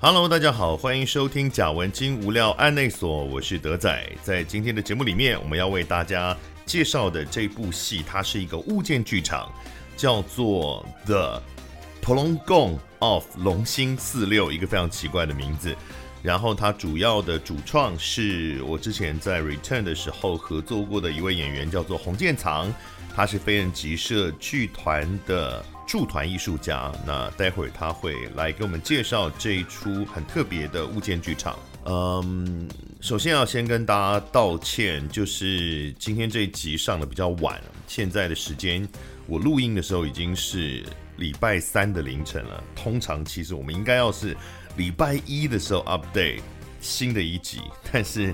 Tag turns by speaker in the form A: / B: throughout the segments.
A: Hello，大家好，欢迎收听贾文金无聊案内所，我是德仔。在今天的节目里面，我们要为大家介绍的这部戏，它是一个物件剧场，叫做 The t o l o n g o n of 龙兴四六，一个非常奇怪的名字。然后它主要的主创是我之前在 Return 的时候合作过的一位演员，叫做洪建藏，他是飞人集社剧团的驻团艺术家。那待会儿他会来给我们介绍这一出很特别的物件剧场。嗯，首先要先跟大家道歉，就是今天这一集上的比较晚，现在的时间我录音的时候已经是礼拜三的凌晨了。通常其实我们应该要是礼拜一的时候 update 新的一集，但是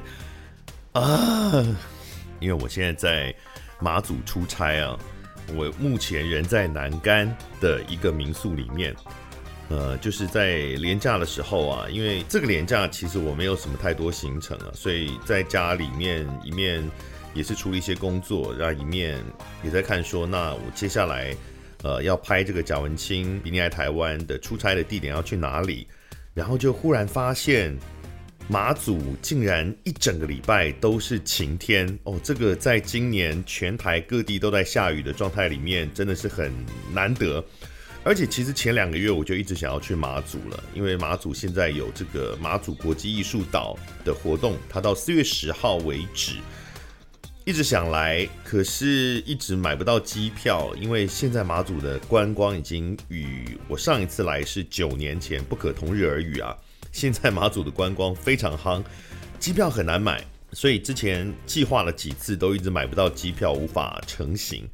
A: 啊，因为我现在在马祖出差啊，我目前人在南竿的一个民宿里面。呃，就是在廉假的时候啊，因为这个廉假其实我没有什么太多行程啊，所以在家里面一面也是处理一些工作，然后一面也在看说，那我接下来呃要拍这个贾文清比你来台湾的出差的地点要去哪里，然后就忽然发现马祖竟然一整个礼拜都是晴天哦，这个在今年全台各地都在下雨的状态里面，真的是很难得。而且其实前两个月我就一直想要去马祖了，因为马祖现在有这个马祖国际艺术岛的活动，它到四月十号为止，一直想来，可是一直买不到机票，因为现在马祖的观光已经与我上一次来是九年前不可同日而语啊。现在马祖的观光非常夯，机票很难买，所以之前计划了几次都一直买不到机票，无法成行。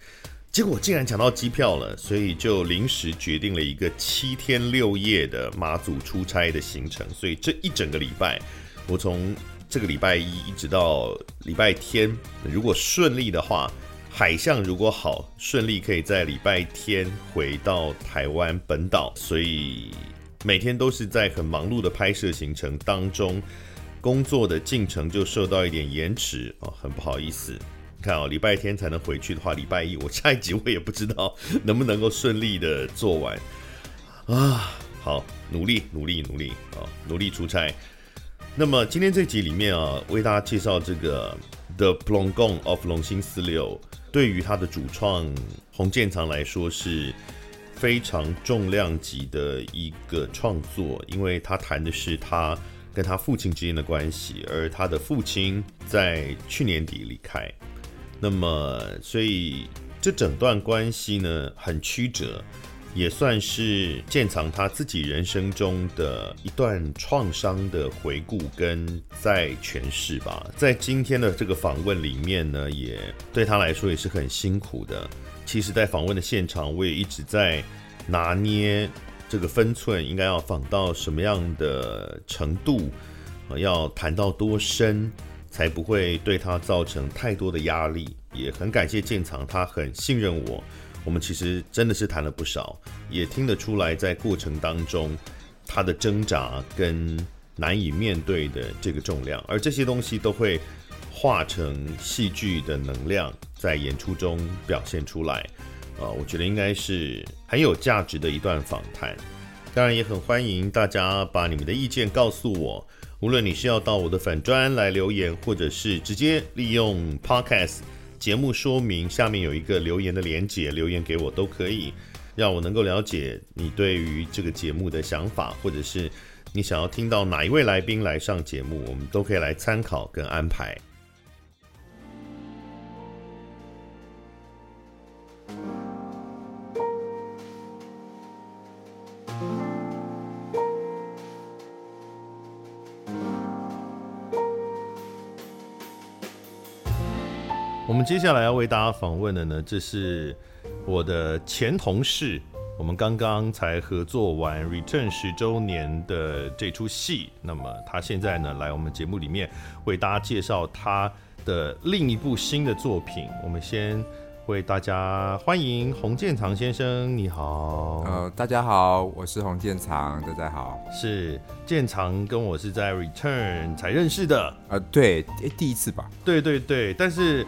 A: 结果竟然抢到机票了，所以就临时决定了一个七天六夜的马祖出差的行程。所以这一整个礼拜，我从这个礼拜一一直到礼拜天，如果顺利的话，海象如果好，顺利可以在礼拜天回到台湾本岛。所以每天都是在很忙碌的拍摄行程当中，工作的进程就受到一点延迟哦，很不好意思。看哦，礼拜天才能回去的话，礼拜一我下一集我也不知道能不能够顺利的做完啊。好，努力努力努力啊、哦，努力出差。那么今天这集里面啊，为大家介绍这个《The Plongon of 龙兴四六》，对于它的主创洪建藏来说是非常重量级的一个创作，因为他谈的是他跟他父亲之间的关系，而他的父亲在去年底离开。那么，所以这整段关系呢很曲折，也算是建藏他自己人生中的一段创伤的回顾跟再诠释吧。在今天的这个访问里面呢，也对他来说也是很辛苦的。其实，在访问的现场，我也一直在拿捏这个分寸，应该要访到什么样的程度，呃要谈到多深。才不会对他造成太多的压力。也很感谢建藏，他很信任我。我们其实真的是谈了不少，也听得出来，在过程当中他的挣扎跟难以面对的这个重量，而这些东西都会化成戏剧的能量，在演出中表现出来。啊、我觉得应该是很有价值的一段访谈。当然也很欢迎大家把你们的意见告诉我，无论你是要到我的粉专来留言，或者是直接利用 Podcast 节目说明下面有一个留言的连结，留言给我都可以，让我能够了解你对于这个节目的想法，或者是你想要听到哪一位来宾来上节目，我们都可以来参考跟安排。我们接下来要为大家访问的呢，这是我的前同事，我们刚刚才合作完《Return》十周年的这出戏。那么他现在呢，来我们节目里面为大家介绍他的另一部新的作品。我们先为大家欢迎洪建长先生，你好。
B: 呃，大家好，我是洪建长，大家好。
A: 是建长跟我是在《Return》才认识的。
B: 呃，对，诶第一次吧，
A: 对对对，但是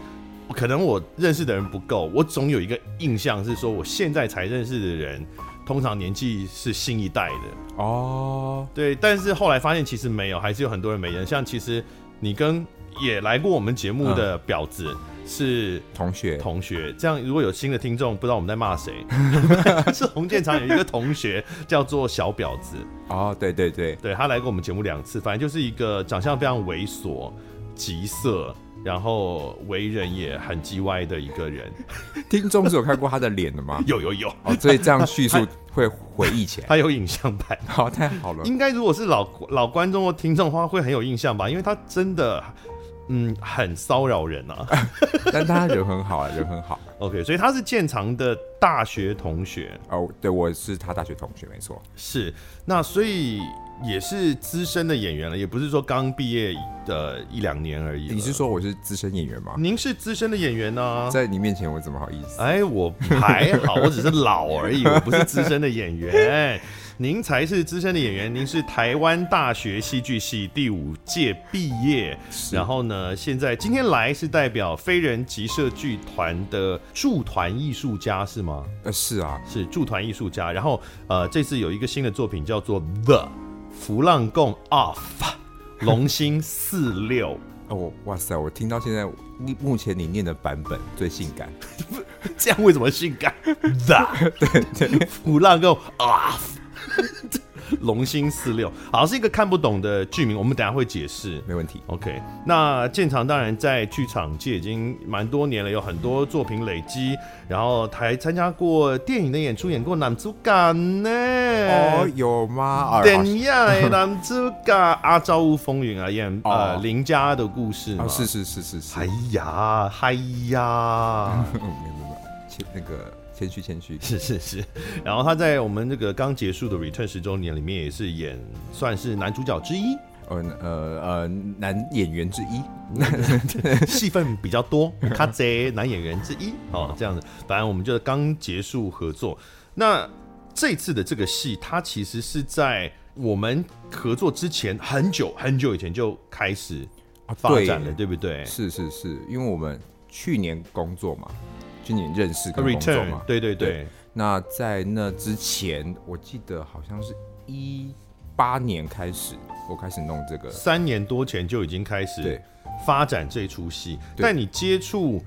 A: 可能我认识的人不够，我总有一个印象是说，我现在才认识的人通常年纪是新一代的，
B: 哦，
A: 对。但是后来发现其实没有，还是有很多人没人。像其实你跟也来过我们节目的婊子是
B: 同学，
A: 同学，这样如果有新的听众不知道我们在骂谁， 是洪建长有一个同学叫做小婊子，
B: 哦，对对对，
A: 对他来过我们节目两次，反正就是一个长相非常猥琐、急色，然后为人也很叽歪的一个人。？
B: 听众是有看过他的脸的吗
A: 有有有，
B: 哦，所以这样 叙述会回忆起来。
A: 他有影像版，
B: 好，太好 了，
A: 应该如果是老老观众或听众的话，会很有印象吧？因为他真的，嗯，很骚扰人啊。
B: 但他人很好啊，人很好。
A: OK，所以他是建长的大学同学，
B: 哦，对，我是他大学同学，没错。
A: 是那所以也是资深的演员了，也不是说刚毕业的一两年而已。
B: 你是？说我是资深演员吗？
A: 您是资深的演员呢、啊
B: 在你面前我怎么好意思？
A: 哎，我还好，我只是老而已，我不是资深的演员。您才是资深的演员，您是台湾大学戏剧系第五届毕业，
B: 是啊
A: 然后呢，现在今天来是代表非人集社剧团的驻团艺术家是吗？
B: 呃，是啊，
A: 是驻团艺术家。然后呃，这次有一个新的作品叫做《The 浮浪共 Off 龙星四六》。
B: 哦，我哇塞，我听到现在你目前你念的版本最性感。
A: 这样为什么性感？The 对对，鼓浪够 off，龙星四六，好像是一个看不懂的剧名，我们等一下会解释。
B: 没问题。
A: OK，那建长当然在剧场界已经蛮多年了，有很多作品累积，然后还参加过电影的演出，演过男主角呢。
B: 哦，有吗？啊
A: 电影的男主角 阿昭乌风云啊，演呃
B: 哦
A: 林家的故事嘛。
B: 哦，是是是是是。
A: 哎呀，嗨呀。
B: 嗯，没有没有没有，谦那个谦虚谦虚。
A: 是是是，然后他在我们这个刚结束的 Return 十周年里面也是演算是男主角之一，
B: 呃呃呃，男演员之一。
A: 戏份比较多，他贼男演员之一哦，这样子。反正我们就是刚结束合作。那这次的这个戏，它其实是在我们合作之前很久很久以前就开始哦发展了，对不对
B: 是是是，因为我们去年工作嘛，去年认识跟工作
A: 哦？Return，
B: 嘛。
A: 对对对，
B: 对那在那之前，我记得好像是一八年开始，我开始弄这个。
A: 三年多前就已经开始
B: 对，
A: 发展这出戏，
B: 对
A: 但你接触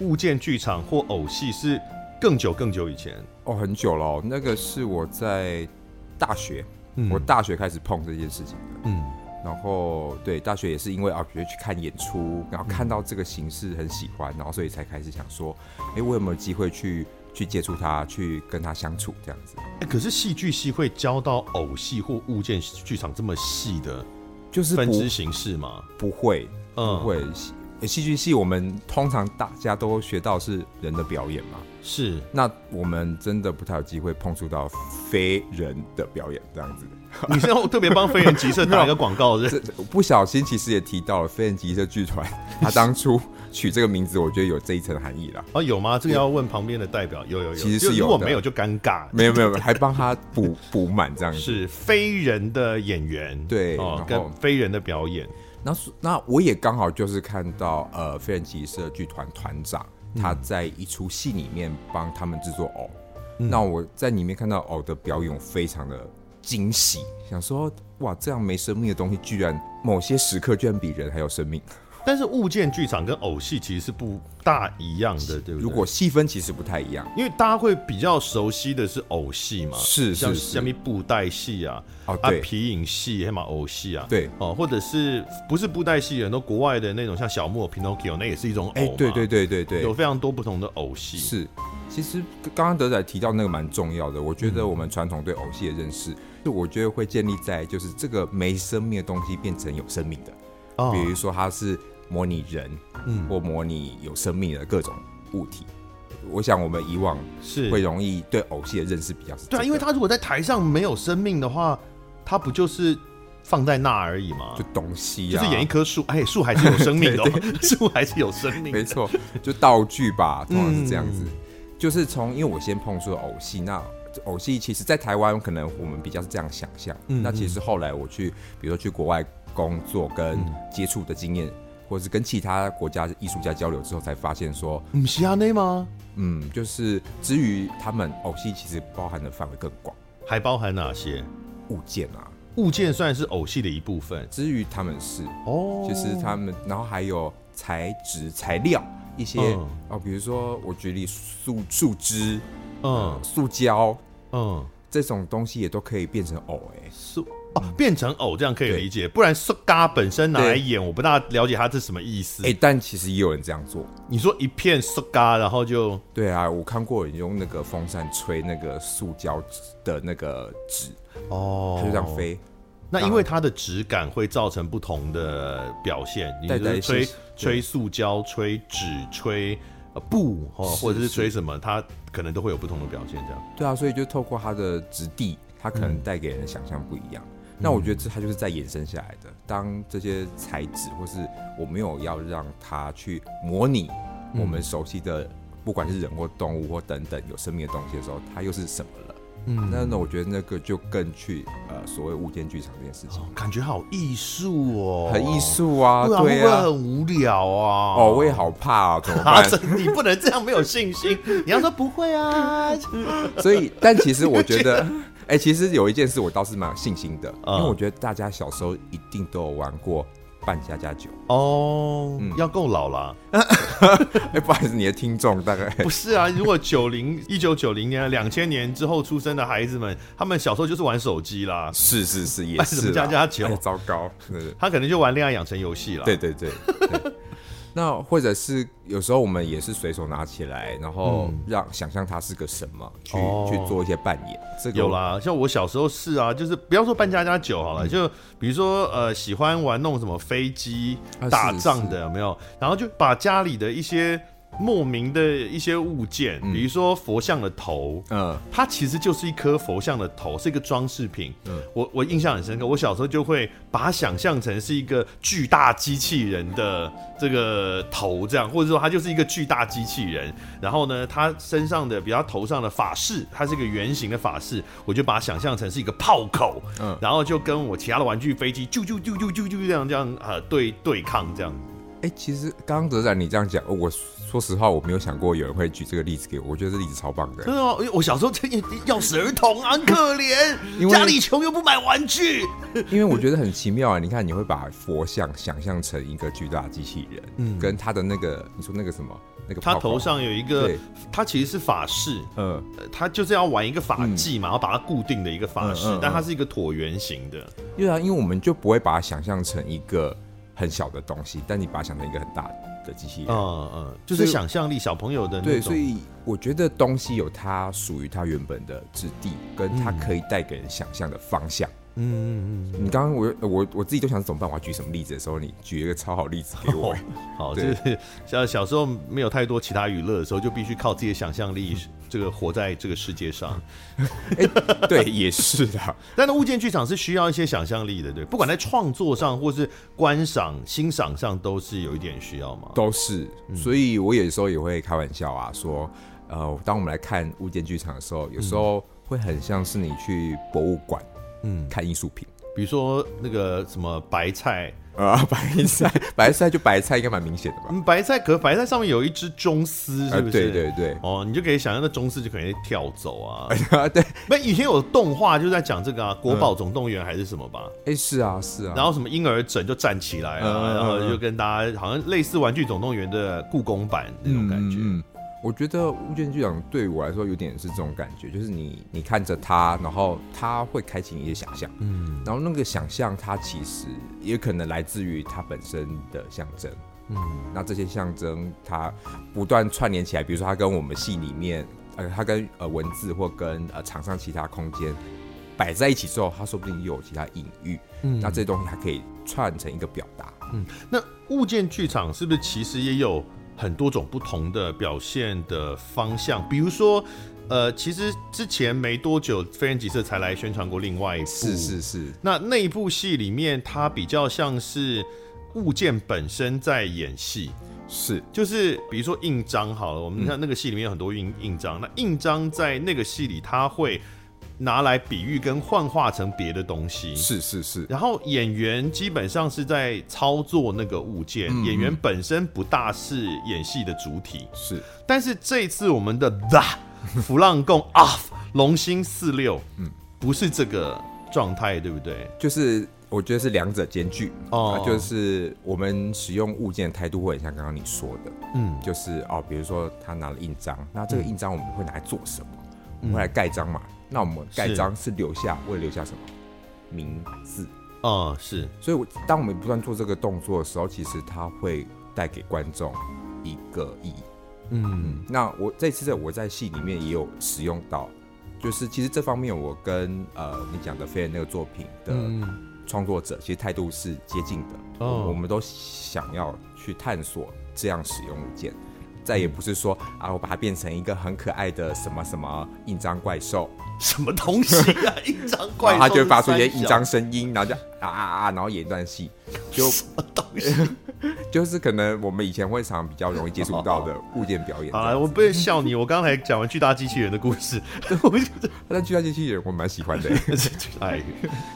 A: 物件剧场或偶戏是更久更久以前。
B: 哦，很久了哦、那个是我在大学，
A: 嗯
B: 我大学开始碰这件事情的。
A: 嗯，
B: 然后对大学也是因为啊，比如去看演出，然后看到这个形式很喜欢，然后所以才开始想说，哎，我有没有机会去去接触它，去跟它相处这样子。
A: 哎可是戏剧系会教到偶戏或物件剧场这么细的
B: 就是
A: 分
B: 不
A: 支形式吗？
B: 不会
A: 嗯，
B: 不会戏诶戏剧系，我们通常大家都学到是人的表演嘛，
A: 是
B: 那我们真的不太有机会碰触到非人的表演这样子。
A: 你是要特别帮飞人集社打一个广告是 不是？
B: 这我不小心其实也提到了飞人吉社剧团，他当初取这个名字，我觉得有这一层含义 啦。
A: 啊，有吗？这个要问旁边的代表。有有有，
B: 其实是
A: 就如
B: 有
A: 果
B: 的
A: 没有就尴尬。
B: 没有没有，还帮他补补满这样子。
A: 是非人的演员，
B: 对
A: 哦，
B: 然后
A: 跟非人的表演，
B: 那是那我也刚好就是看到呃飞人吉社剧团团长他在一出戏里面帮他们制作偶，
A: 嗯
B: 那我在里面看到偶的表演，我非常的惊喜，想说哇，这样没生命的东西，居然某些时刻居然比人还有生命。
A: 但是物件剧场跟偶戏其实是不大一样的，对不对？
B: 如果细分其实不太一样，
A: 因为大家会比较熟悉的是偶戏嘛，
B: 是
A: 像
B: 是是
A: 像咪布袋戏啊，
B: 哦
A: 啊
B: 对
A: 皮影戏，还有嘛偶戏啊，
B: 对
A: 哦，或者是不是布袋戏，很多国外的那种像小木偶 Pinocchio，那也是一种偶嘛，
B: 哎、对对对对对，
A: 有非常多不同的偶戏，
B: 是，其实刚刚德仔提到那个蛮重要的，我觉
A: 嗯
B: 得我们传统对偶戏的认识，就我觉得会建立在就是这个没生命的东西变成有生命的，
A: 哦
B: 比如说它是模拟人，
A: 嗯
B: 嗯，或模拟有生命的各种物体。我想我们以往
A: 是
B: 会容易对偶戏的认识比较是、
A: 对啊，因为他如果在台上没有生命的话，他不就是放在那而已吗
B: 就？东西
A: 就
B: 啊，
A: 是演一棵树，哎，树还是有生 命的、哦， 树还是有生命的
B: 没错，就道具吧，通常是这样子。就是从因为我先碰触了偶戏，那偶戏其实在台湾可能我们比较是这样想象。那其实后来我去，比如说去国外工作跟接触的经验，或者是跟其他国家艺术家交流之后，才发现说，
A: 嗯，西亚内吗？
B: 嗯，就是至于他们偶戏其实包含的范围更广，
A: 还包含哪些
B: 物件啊，
A: 物件？算是偶戏的一部分
B: 至于他们是
A: 哦。
B: 就是他们，然后还有材质、材料一些
A: 嗯
B: 哦，比如说我举例树树枝、呃
A: 嗯
B: 塑胶
A: 嗯，
B: 这种东西也都可以变成偶哎、
A: 塑哦变成偶这样可以
B: 对
A: 理解，不然塑嘎本身拿来演，我不大了解它是什么意思
B: 哎、。但其实也有人这样做。
A: 你说一片塑嘎，然后就
B: 对啊，我看过有人用那个风扇吹那个塑胶的那个纸，
A: 哦
B: 它就这样。飞。
A: 那因为它的质感会造成不同的表现，你就
B: 带
A: 是
B: 来
A: 吹
B: 信息
A: 吹塑胶、吹纸、吹呃布哦，
B: 是
A: 或者是
B: 是
A: 吹什么，它可能都会有不同的表现。这样
B: 对啊，所以就透过它的质地，它可
A: 嗯
B: 能带给人的想象不一样。那我觉得这它就是在延伸下来的。当这些材质或是我没有要让它去模拟
A: 嗯
B: 我们熟悉的，不管是人或动物或等等有生命的东西的时候，它又是什么了？嗯，那那我觉得那个就更去呃所谓物件剧场这件事情，
A: 哦，感觉好艺术哦，
B: 很艺术啊，
A: 不然会
B: 对
A: 不会
B: 啊。
A: 很无聊啊？
B: 哦，我也好怕啊，怎么
A: 啊，
B: 办？
A: 这你不能这样没有信 心。你要说不会啊，
B: 所以，但其实我觉得， 哎、其实有一件事我倒是蛮有信心的，因
A: 嗯
B: 为我觉得大家小时候一定都有玩过扮家家酒。
A: 哦，要够老啦。
B: 哎、不好意思，你的听众大概
A: 不是啊，如果九零 一九九零年、啊两千年之后出生的孩子们，他们小时候就是玩手机啦，
B: 是是是也
A: 扮什么
B: 是啦
A: 家家酒
B: 哎糟糕，对对
A: 他可能就玩恋爱养成游戏啦。
B: 对对对。对 那或者是有时候我们也是随手拿起来，然后让想象它是个什么，去、
A: 哦
B: 去做一些扮演。这个
A: 有，嗯啦，像我小时候是啊，就是不要说扮家家酒好了，就比如说呃，喜欢玩弄什么飞机、
B: 啊
A: 打
B: 是
A: 仗的有没有？然后就把家里的一些莫名的一些物件，比如说佛像的头。
B: 嗯，
A: 它其实就是一颗佛像的头，是一个装饰品。
B: 嗯
A: 我我印象很深刻，我小时候就会把它想象成是一个巨大机器人的这个头这样，或者说它就是一个巨大机器人。然后呢，它身上的比较头上的发饰，它是一个圆形的发饰，我就把它想象成是一个炮口。
B: 嗯
A: 然后就跟我其他的玩具飞机啾啾啾啾啾啾这样这样呃对对抗这样。
B: 哎、其实刚刚德仔你这样讲，哦我说实话我没有想过有人会举这个例子给我，我觉得这例子超棒的。
A: 真的吗？哎我小时候真的要死儿童啊，很可怜，
B: 因为
A: 家里穷又不买玩具。
B: 因为我觉得很奇妙啊！你看，你会把佛像想象成一个巨大的机器人，
A: 嗯
B: 跟他的那个，你说那个什么，那个
A: 他
B: 泡泡
A: 头，上有一个
B: 对，
A: 他其实是法式，
B: 呃，
A: 呃他就是要玩一个法技嘛，然后把它固定的一个法式
B: 嗯嗯嗯，嗯
A: 但它是一个椭圆形的。
B: 对啊，因为我们就不会把它想象成一个很小的东西，但你把它想成一个很大的机器人，
A: 嗯嗯，就是
B: 所以
A: 想象力小朋友的那
B: 对，
A: 种
B: 所。以我觉得东西有它属于它原本的质地，跟它可以带给人想象的方向。
A: 嗯嗯
B: 你刚刚我我我自己都想怎么办，我要举什么例子的时候，你举一个超好例子给 我、
A: 哦嗯，好，就
B: 对
A: 是小小时候没有太多其他娱乐的时候，就必须靠自己的想象力，
B: 嗯
A: 这个活在这个世界上。
B: 对，也是的，
A: 但那物件剧场是需要一些想象力的，对，不管在创作上或是观赏、欣赏上，都是有一点需要嘛。
B: 都是，
A: 嗯
B: 所以我有时候也会开玩笑啊，说，呃，当我们来看物件剧场的时
A: 嗯
B: 候，有时候会很像是你去博物馆，嗯，看艺术品
A: 比如说那个什么白菜，
B: 啊、 白菜，白菜就白菜，应该蛮明显的吧？
A: 嗯，白菜可白菜上面有一只中丝，嗯是
B: 啊，
A: 不是？
B: 对对对，
A: 哦，你就可以想象那中式就可能会跳走啊。
B: 啊对，
A: 那以前有动画就在讲这个
B: 嗯
A: 啊，《国宝总动员》还是什么吧，
B: 哎是啊是啊，
A: 然后什么婴儿枕就站起来
B: 嗯
A: 啊，
B: 嗯嗯
A: 然后就跟大家好像类似《玩具总动员》的故宫版那种感觉。
B: 嗯，嗯我觉得物件剧场对我来说有点是这种感觉，就是你你看着它，然后它会开启你一些想象，嗯，然后那个想象它其实也可能来自于它本身的象征，嗯，那这些象征它不断串联起来，比如说它跟我们戏里面，呃，它跟呃文字或跟呃场上其他空间摆在一起之后，它说不定又有其他隐喻，嗯，那这些东西它可以串成一个表达，
A: 那物件剧场是不是其实也有很多种不同的表现的方向？比如说，呃，其实之前没多久，飞人集社才来宣传过另外一部，
B: 是是是，
A: 那那一部戏里面，它比较像是物件本身在演戏，
B: 是
A: 就是比如说印章好了，我们看那个戏里面有很多印印章，那印章在那个戏里，它会拿来比喻跟幻化成别的东西。
B: 是是是，
A: 然后演员基本上是在操作那个物件，
B: 嗯
A: 演员本身不大是演戏的主体。
B: 是
A: 但是这一次我们的 The 弗浪贡 Off 龙星四六，嗯，不是这个状态，对不对？
B: 就是我觉得是两者兼具
A: 哦
B: 啊就是我们使用物件的态度会很像刚刚你说的，
A: 嗯，
B: 就是哦，比如说他拿了印章，那这个印章我们会拿来做什么？
A: 嗯
B: 我们会来盖章嘛？那我们盖章是留下为了留下什么名字？
A: 哦、是
B: 所以我，当我们不断做这个动作的时候，其实它会带给观众一个意义。嗯，那我这次在我在戏里面也有使用到，就是其实这方面我跟呃你讲的飞人那个作品的创作者，其实态度是接近的。
A: 哦
B: 我们都想要去探索这样使用物件，再也不是说啊我把它变成一个很可爱的什么什么印章怪兽，
A: 什么东西啊？ 印章怪
B: 然
A: 兽，
B: 后它哦就会发出一些印章声音，然后就啊啊啊，然后演一段戏，就
A: 东西。
B: 就是可能我们以前会常比较容易接触到的物件表演。
A: 好了，我不能笑你，我刚才讲完巨大机器人的故事， 我就
B: 但巨大机器人我蛮喜欢 的，
A: 哎，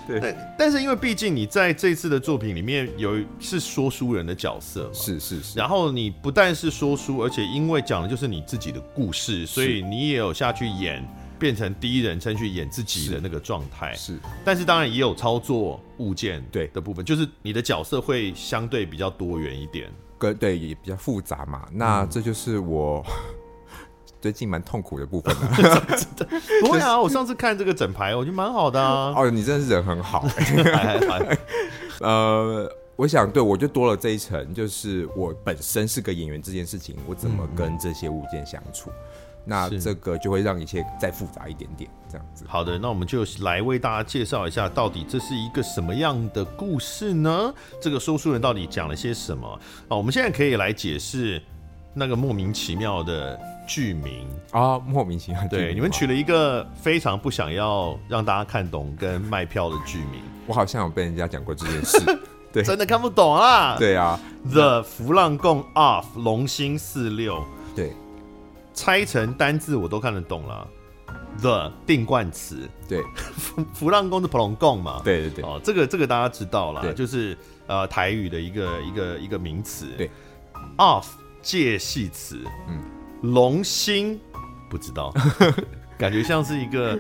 B: 对
A: 但但是因为毕竟你在这次的作品里面有是说书人的角色嘛，
B: 是是是，
A: 然后你不但是说书，而且因为讲的就是你自己的故事，所以你也有下去演，变成第一人称去演自己的那个状态。
B: 是
A: 但是当然也有操作物件
B: 对
A: 的部分，就是你的角色会相对比较多元一点。
B: 跟对也比较复杂嘛。那这就是我 最近蛮痛苦的部分啊 了。
A: 不会啊，我上次看这个整排，我觉得蛮好的 啊。哎
B: 哦，你真的是人很好。
A: 还还还
B: 呃，我想对我就多了这一层，就是我本身是个演员这件事情，我怎么跟这些物件相处，那
A: 是
B: 这个就会让一切再复杂一点点，这样子。
A: 好的，那我们就来为大家介绍一下，到底这是一个什么样的故事呢？这个说书人到底讲了些什么？啊，我们现在可以来解释那个莫名其妙的剧名。
B: 啊、莫名其妙。
A: 对，你们取了一个非常不想要让大家看懂跟卖票的剧名，
B: 我好像有被人家讲过这 件事。对
A: 真的看不懂啊。
B: 对啊，
A: ，The 浮浪共 Off 龙星四六
B: 对
A: 拆成单字我都看得懂了，The 定冠词，
B: 对
A: 浮浮浪共是普龙共嘛？
B: 对对对。
A: 哦，这个这个大家知道啦，
B: 对
A: 就是呃台语的一个一个一个名词。
B: 对
A: ，off 介系词，嗯，龙兴不知道，感觉像是一个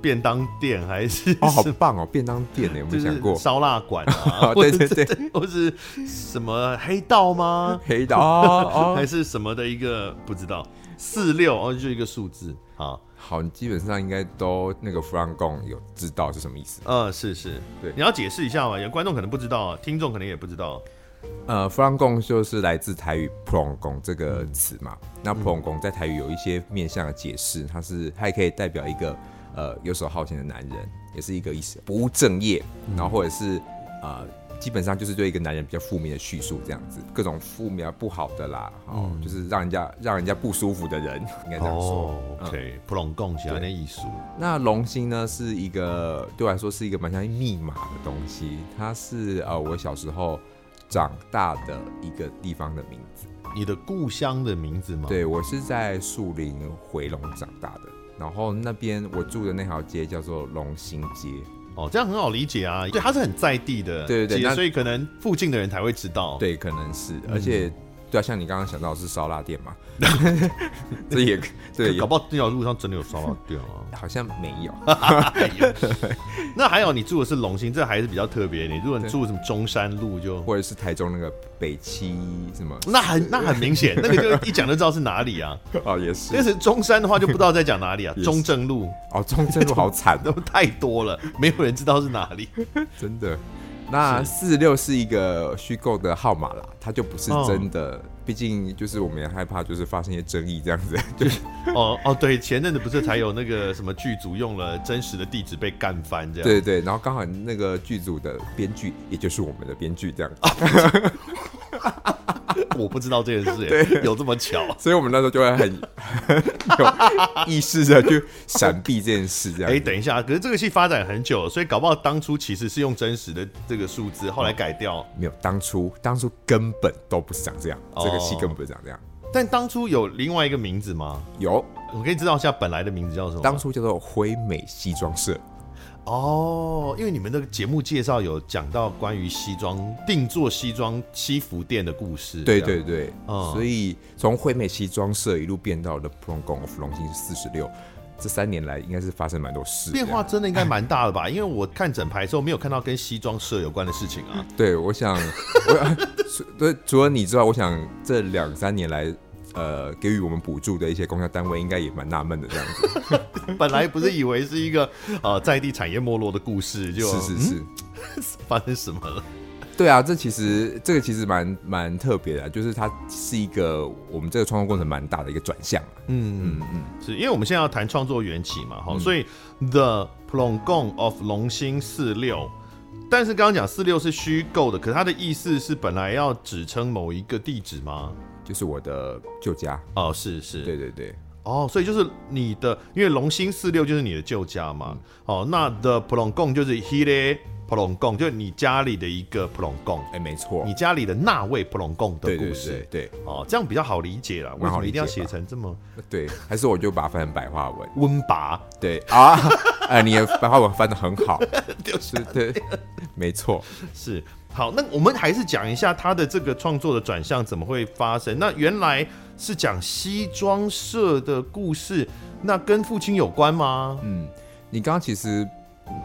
A: 便当店还是
B: 哦，好
A: 什么
B: 棒哦！便当店呢，有没
A: 就
B: 有想
A: 是
B: 过？
A: 烧腊馆啊，
B: 哦对对对，
A: 或是什么黑道吗？
B: 黑道 哦
A: 还
B: 哦，
A: 是什么的一个不知道四六哦，就一个数字啊，
B: 好，你基本上应该都那个弗朗贡有知道是什么意思。
A: 嗯、是是，
B: 对
A: 你要解释一下嘛，有观众可能不知道，听众可能也不知道，
B: 呃，弗朗贡就是来自台语“普隆贡”这个词嘛。那“普隆贡”在台语有一些面向的解释，它是它也可以代表一个呃游手好闲的男人，也是一个意思不务正业，然后或者是呃基本上就是对一个男人比较负面的叙述，这样子各种负面啊不好的啦，哦，就是让人家让人家不舒服的人，应该这样说。嗯
A: o k 哦普龙贡喜欢那艺术，
B: 那龙星呢，是一个对我来说是一个蛮像密码的东西，它是呃我小时候长大的一个地方的名字。
A: 你的故乡的名字吗？，
B: 对我是在树林回龙长大的，然后那边我住的那条街叫做龙兴街。
A: 哦，这样很好理解啊，对，它是很在地的，
B: 对对对
A: 街
B: 那
A: 所以可能附近的人才会知道，，
B: 对，可能是，而且、对啊，像你刚刚想到的是烧腊店嘛，这也对，也
A: 搞不好这条路上真的有烧腊店啊。
B: 好像没有。
A: 那还有你住的是龙兴，这还是比较特别，你如果你
B: 对
A: 住什么中山路就。
B: 或者是台中那个北七什么
A: 那很那很明显， 那个就一讲就知道是哪里啊。
B: 哦，也是
A: 但是中山的话就不知道在讲哪 里啊，
B: 也是
A: 中正路
B: 哦，中正路好惨哦
A: 都太多了，没有人知道是哪里。
B: 真的。那四六是一个虚构的号码啦，它就不是真的。毕竟就是我们也害怕，就是发生一些争议这样子。 就是
A: 哦哦，对，前阵子不是才有那个什么剧组用了真实的地址被干翻这样。
B: 对对，然后刚好那个剧组的编剧，也就是我们的编剧这样子，
A: 我不知道这件事、欸，有这么巧？
B: 所以我们那时候就会很有意识的去闪避这件事这
A: 哎、
B: 样子。
A: 等一下，可是这个戏发展很久了，所以搞不好当初其实是用真实的这个数
B: 哦
A: 字，后来改掉。
B: 没有，当初当初根本都不是长这样，这个戏
A: 哦
B: 根本不是长这样。
A: 但当初有另外一个名字吗？
B: 有，
A: 我可以知道一下本来的名字叫什么吗？
B: 当初叫做辉美西装社，
A: 哦，因为你们的节目介绍有讲到关于西装定做西装西服店的故事，
B: 对
A: 这样
B: 对，对，
A: 嗯
B: 所以从惠美西装社一路变到了普隆宫 of 龙兴四十六，这三年来应该是发生蛮多事。
A: 变化，真的应该蛮大的吧？因为我看整排的时候没有看到跟西装社有关的事情 啊。
B: 对，我想，我 除对除了你之外，我想这两三年来，呃，给予我们补助的一些公交单位应该也蛮纳闷的这样子。
A: 本来不是以为是一个呃在地产业没落的故事，就是
B: 是是。
A: 嗯发生什么了？
B: 对啊，这其实这个其实蛮蛮特别的啊，就是它是一个我们这个创作过程蛮大的一个转向啊。
A: 嗯嗯嗯，是因为我们现在要谈创作缘起嘛，哈、
B: 嗯
A: 所以 The Plongon of 龙兴四六，但是刚刚讲四六是虚构的，可是它的意思是本来要指称某一个地址吗？
B: 就是我的旧家，
A: 哦，是是，
B: 对对对，
A: 哦，所以就是你的，因为龙兴四六就是你的旧家
B: 嗯
A: 嘛。哦，那的普隆贡就是 Hile 普隆贡，就是你家里的一个普隆贡，
B: 哎，没错
A: 你，家里的那位普隆贡的
B: 对
A: 故
B: 对
A: 事。
B: 对对
A: 哦，这样比较好理解了。为
B: 蛮
A: 什
B: 好
A: 么一定要
B: 理解
A: 写
B: 吧
A: 成这么
B: 对， 还是我就把它翻成白话文，
A: 温拔？
B: 对啊， 哎，你的白话文翻的很好，是对，没错，
A: 是好，那我们还是讲一下他的这个创作的转向怎么会发生。那原来是讲西装社的故事，那跟父亲有关吗？
B: 嗯，你刚刚其实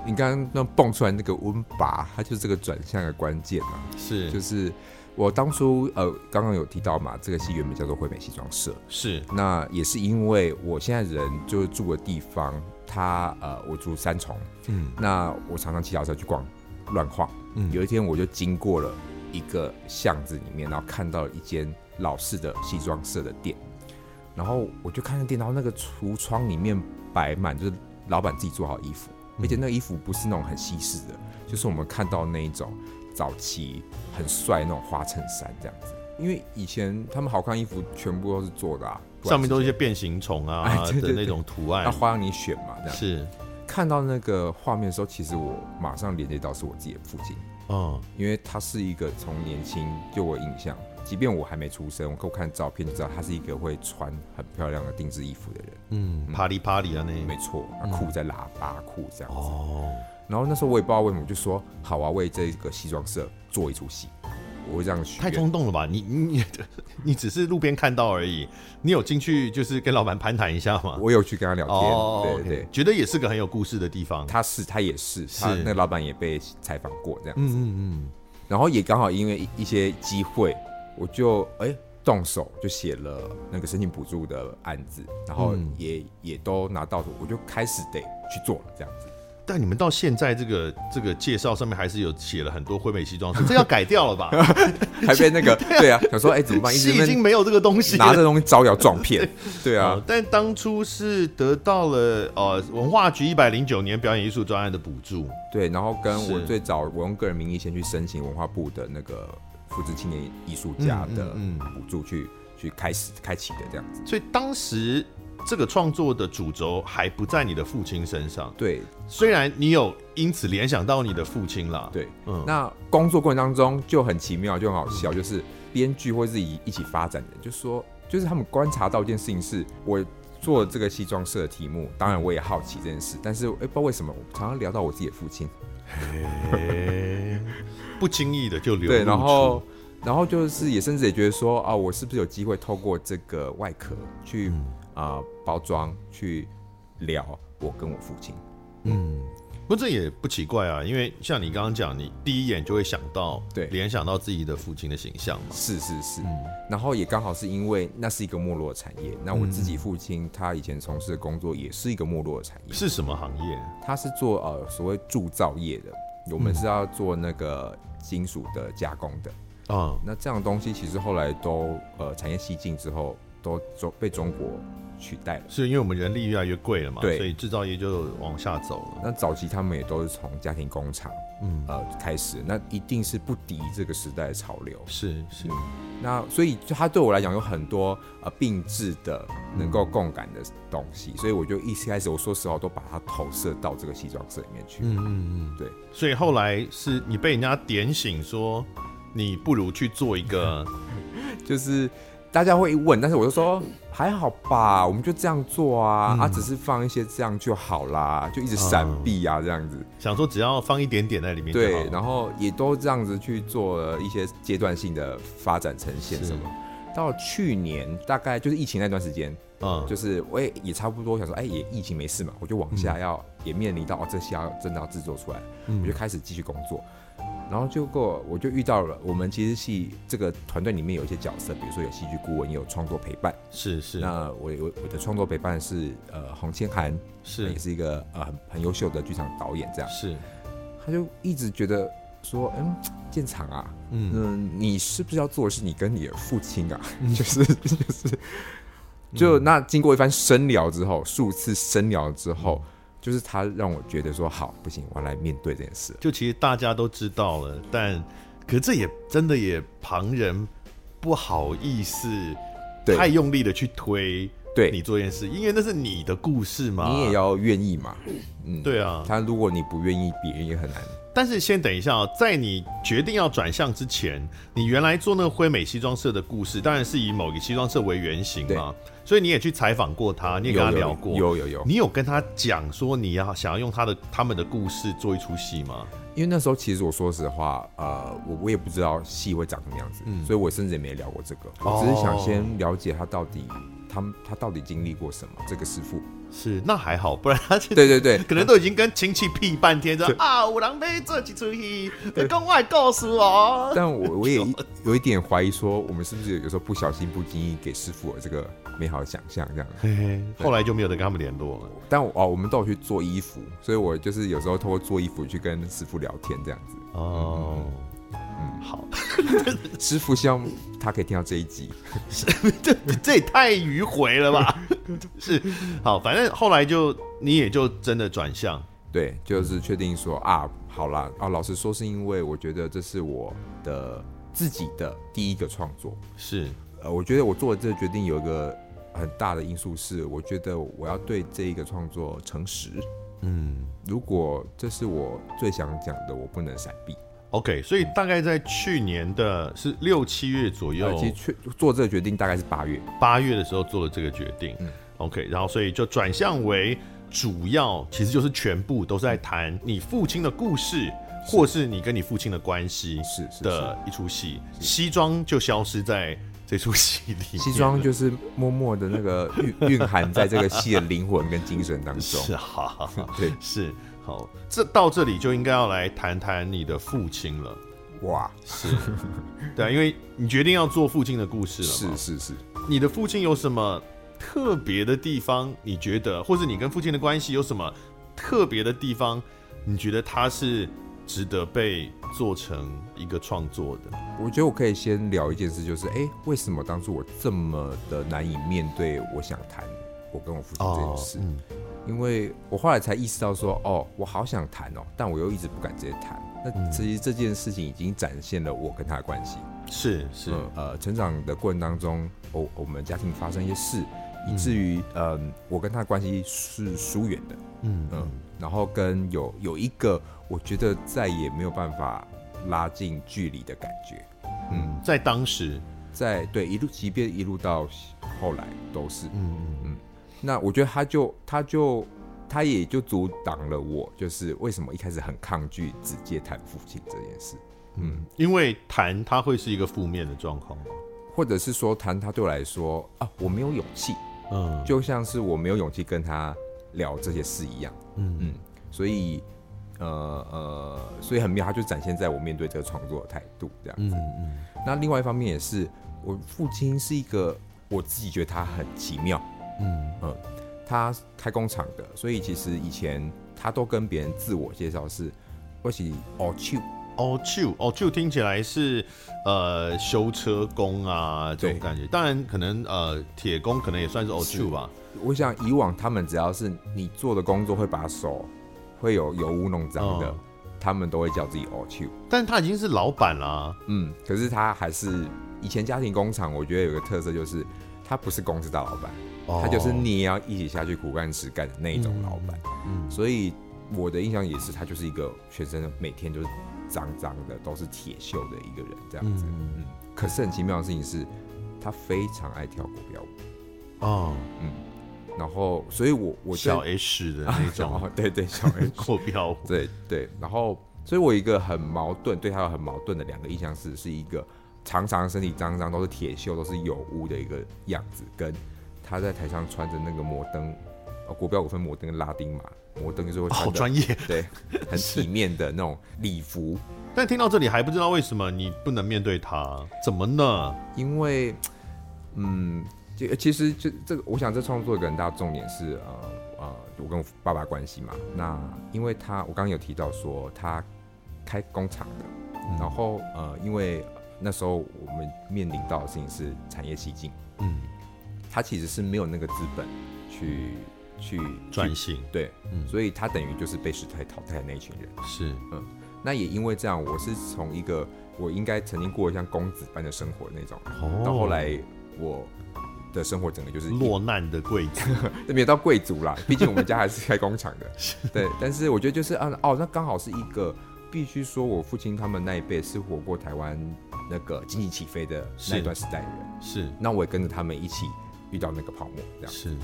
B: 你刚刚那蹦出来那个温拔，它就是这个转向的关键啊，
A: 是
B: 就是我当初呃刚刚有提到嘛，这个戏原本叫做惠美西装社，
A: 是
B: 那也是因为我现在人就是住的地方，它呃，我住三重，
A: 嗯
B: 嗯，那我常常骑脚车去逛，乱晃，
A: 嗯
B: 嗯，有一天我就经过了一个巷子里面，然后看到了一间老式的西装社的店，然后我就看那店，然后那个橱窗里面摆满就是老板自己做好的衣服，
A: 嗯
B: 而且那个衣服不是那种很西式的，就是我们看到那一种早期很帅那种花衬衫这样子。因为以前他们好看的衣服全部都是做的啊，不管
A: 上面都是一些变形虫
B: 哎
A: 啊
B: 对对
A: 的那
B: 对
A: 种图案
B: 那。花让你选嘛，这样。
A: 是，
B: 看到那个画面的时候，其实我马上连接到是我自己的父亲，
A: 嗯，
B: 因为他是一个从年轻就我印象，即便我还没出生，我给我看照片就知道他是一个会穿很漂亮的定制衣服的人。
A: 嗯，啪里啪里啊那
B: 没错，那裤在喇叭裤这样子。
A: 哦，
B: 然后那时候我也不知道为什么，我就说好啊，为这个西装社做一出戏，我会这样许
A: 太
B: 愿。
A: 冲动了吧？你你 你只是路边看到而已，你有进去就是跟老板攀谈一下吗？
B: 我有去跟他聊天，对
A: 哦 OK，
B: 对，
A: 觉得也是个很有故事的地方。
B: 他是他也是，他
A: 是
B: 那个老板也被采访过这样子。
A: 嗯嗯
B: 然后也刚好因为一一些机会，我就哎、动手就写了那个申请补助的案子，然后
A: 嗯
B: 也、也都拿到手，我就开始得去做了这样子。
A: 嗯，但你们到现在这个这个介绍上面还是有写了很多惠美西装，这要改掉了吧？
B: 还被那个对啊，想说哎、 怎 么办？一直
A: 戏
B: 在
A: 已
B: 那
A: 经
B: 边
A: 没有这个东西
B: 拿
A: 了。
B: 着东西招摇撞 骗，对啊
A: 呃，但当初是得到了呃文化局一百零九年表演艺术专案的补助，
B: 对。然后跟我
A: 是
B: 最早我用个人名义先去申请文化部的那个扶植青年艺术家
A: 嗯嗯
B: 的
A: 嗯
B: 补助去。去开始开启的这样子，
A: 所以当时这个创作的主轴还不在你的父亲身上，
B: 对
A: 虽然你有因此联想到你的父亲啦，，
B: 对，
A: 嗯
B: 那工作过程当中就很奇妙，就很好笑，就是编剧或是一一起发展的人，就说，就是他们观察到一件事情是，我做这个西装社的题目，当然我也好奇这件事，但是哎、不知道为什么，我常常聊到我自己的父亲，
A: 嘿 不经意的就流露
B: 对，然
A: 出
B: 后然后就是也甚至也觉得说啊，我是不是有机会透过这个外壳去啊、包装去聊我跟我父亲，
A: 不过这也不奇怪啊，因为像你刚刚讲，你第一眼就会想到，
B: 对
A: 联想到自己的父亲的形象嘛，
B: 是是是，然后也刚好是因为那是一个没落的产业，那我自己父亲他以前从事的工作也是一个没落的产业，
A: 是什么行业？
B: 他是做呃所谓铸造业的，我们是要做那个金属的加工的，
A: 啊、
B: 那这样的东西其实后来都呃产业西进之后都中被中国取代了。
A: 是因为我们人力越来越贵了嘛，
B: 对
A: 所以制造业就往下走了。
B: 那早期他们也都是从家庭工厂，
A: 嗯
B: 嗯，呃开始，那一定是不敌这个时代的潮流。
A: 是是，
B: 那所以就它对我来讲有很多呃并置的能够共感的东西，所以我就一开始我说实话我都把它投射到这个西装社里面
A: 嗯
B: 去。嗯
A: 所以后来是 你被人家点醒说，你不如去做一个
B: 就是大家会问，但是我就说还好吧，我们就这样做啊，啊，只是放一些这样就好啦，就一直闪避啊，这样子。
A: 想说只要放一点点在里面就好嗯
B: 对，然后也都这样子去做了一些阶段性的发展呈现什么。到去年大概就是疫情那段时间，
A: 嗯，
B: 就是我也也差不多想说，哎、也疫情没事嘛，我就往
A: 嗯
B: 下要、也面临到哦，这些要真的要制作出来，我就开始继续工作。然后结果我就遇到了，我们其实系这个团队里面有一些角色，比如说有戏剧顾问，也有创作陪伴。
A: 是是
B: 那我我我的创作陪伴是呃洪千涵，
A: 是
B: 也是一个呃很很优秀的剧场导演这样。
A: 是，
B: 他就一直觉得说，嗯，建厂啊，
A: 嗯
B: 嗯，你是不是要做的是你跟你的父亲啊？ 就是就是，就
A: 嗯
B: 那经过一番深聊之后，数次深聊之后，
A: 嗯
B: 就是他让我觉得说，好，不行，我要来面对这件事了。
A: 就其实大家都知道了，但可这也真的也旁人不好意思
B: 对
A: 太用力的去推
B: 对
A: 你做这件事，因为那是你的故事嘛，
B: 你也要愿意嘛，嗯，。
A: 对啊。
B: 他如果你不愿意，别人也很难。
A: 但是先等一下、哦，在你决定要转向之前，你原来做那个辉美西装社的故事，当然是以某个西装社为原型嘛，所以你也去采访过他，你也跟他
B: 有
A: 聊过，
B: 有有有，
A: 你有跟他讲说你要想要用他的他们的故事做一出戏吗？
B: 因为那时候其实我说实话，呃，我我也不知道戏会长什么样子，所以我甚至也没聊过这个，我只是想先了解他到底，他们他到底经历过什么，这个师傅。
A: 是，那还好，不然他就
B: 对对对，
A: 可能都已经跟亲戚屁半天，说啊，有人被做几出戏，跟外告诉 我。
B: 但我我也一有一点怀疑，说我们是不是有时候不小心、不经意给师傅了这个美好的想象这样。
A: 嘿嘿哎后来就没有再跟他们联络了。
B: 但我哦，我们都有去做衣服，所以我就是有时候透过做衣服去跟师傅聊天这样子。
A: 哦，
B: 嗯
A: 好，
B: 师傅希望他可以听到这一集。
A: 这这也太迂回了吧？是，好，反正后来就你也就真的转向，
B: 对，就是确定说啊，好啦，啊，老实说是因为我觉得这是我的自己的第一个创作，
A: 是
B: 呃，我觉得我做的这个决定有一个很大的因素是，我觉得我要对这一个创作诚实。嗯，如果这是我最想讲的，我不能闪避。
A: OK。所以大概在去年的是六七月左右
B: 呃，，其实确做这个决定大概是八月，
A: 八月的时候做了这个决定、o
B: 嗯
A: k 然后所以就转向为主要，其实就是全部都是在谈你父亲的故事，或是你跟你父亲的关系
B: 是是
A: 的一出戏，西装就消失在这出戏里面了，
B: 西装就是默默的那个蕴蕴含在这个戏的灵魂跟精神当中。
A: 是好，
B: 对，
A: 是好，这到这里就应该要来谈谈你的父亲了，
B: 哇，
A: 是， 对啊，因为你决定要做父亲的故事了嘛
B: 是，是是，
A: 你的父亲有什么特别的地方？你觉得，或者你跟父亲的关系有什么特别的地方？你觉得他是值得被做成一个创作的？
B: 我觉得我可以先聊一件事，就是哎、诶为什么当初我这么的难以面对我想谈我跟我父亲这件事？
A: 嗯
B: 因为我后来才意识到说，哦，我好想谈哦，但我又一直不敢直接谈。那
A: 嗯
B: 其实这件事情已经展现了我跟他的关系。
A: 是是，
B: 嗯呃，成长的过程当中，我我们家庭发生一些事，以至于呃，我跟他的关系是疏远的。
A: 嗯
B: 嗯，然后跟有有一个我觉得再也没有办法拉近距离的感觉。
A: 嗯，在当时，
B: 在对一路，即便一路到后来都是。
A: 嗯
B: 那我觉得他就他就他也就阻挡了我，就是为什么一开始很抗拒直接谈父亲这件事，
A: 嗯，因为谈他会是一个负面的状况吗？
B: 或者是说谈他对我来说啊，我没有勇气，
A: 嗯，
B: 就像是我没有勇气跟他聊这些事一样。
A: 嗯
B: 嗯，所以呃呃，所以很妙，他就展现在我面对这个创作的态度这样。
A: 嗯嗯
B: 那另外一方面也是，我父亲是一个我自己觉得他很奇妙，
A: 嗯
B: 嗯，他开工厂的，所以其实以前他都跟别人自我介绍是我是哦去
A: 哦，就哦，就听起来是呃修车工啊这种
B: 对
A: 感觉，当然可能呃铁工可能也算是哦
B: 是
A: 就吧，
B: 我想以往他们只要是你做的工作会把手会有油污弄脏的，
A: 嗯
B: 他们都会叫自己哦去，
A: 但他已经是老板啦，
B: 嗯，可是他还是以前家庭工厂，我觉得有个特色就是他不是公司大老板，
A: 哦
B: 他就是你也要一起下去苦干实干的那一种老板，
A: 嗯
B: 所以我的印象也是他就是一个全身每天就是
A: 嗯
B: 嗯脏脏的，都是铁锈的一个人这样子。嗯可是很奇妙的事情是，他非常爱跳国标舞，嗯
A: 哦，
B: 然后所以我我
A: 小
B: 对
A: H 的那
B: 哦
A: 种
B: 对对 小 A
A: 国标 舞，
B: 对对，然后，所以我有一个很矛盾，对他有很矛盾的两个印象是，是一个常常身体脏脏，都是铁锈，都是有污的一个样子，跟他在台上穿着那个摩登，呃，国标舞分摩登跟拉丁嘛，摩登就是会穿
A: 好
B: 的、
A: 哦专业。
B: 对，很体面的那种礼服，
A: 但听到这里还不知道为什么你不能面对他，怎么呢？
B: 因为，嗯，就其实就这个，我想这创作一个很大的重点是，呃呃，我跟我爸爸关系嘛。那因为他，我刚刚有提到说他开工厂的，然后呃，因为那时候我们面临到的事情是产业洗净，
A: 嗯，
B: 他其实是没有那个资本去去
A: 转
B: 去
A: 型
B: 对，
A: 嗯
B: 所以他等于就是被时代淘汰的那一群人。
A: 是
B: 那也因为这样，我是从一个我应该曾经过得像公子般的生活那种，
A: 哦
B: 到后来我的生活整个就是
A: 落难的贵族，
B: 这没有到贵 族啦，毕竟我们家还是开工厂的，对。但是我觉得就是啊哦，那刚好是一个必须说，我父亲他们那一辈是活过台湾那个经济起飞的那一段时代的人，
A: 是
B: 那我也跟着他们一起遇到那个泡沫这样。
A: 是，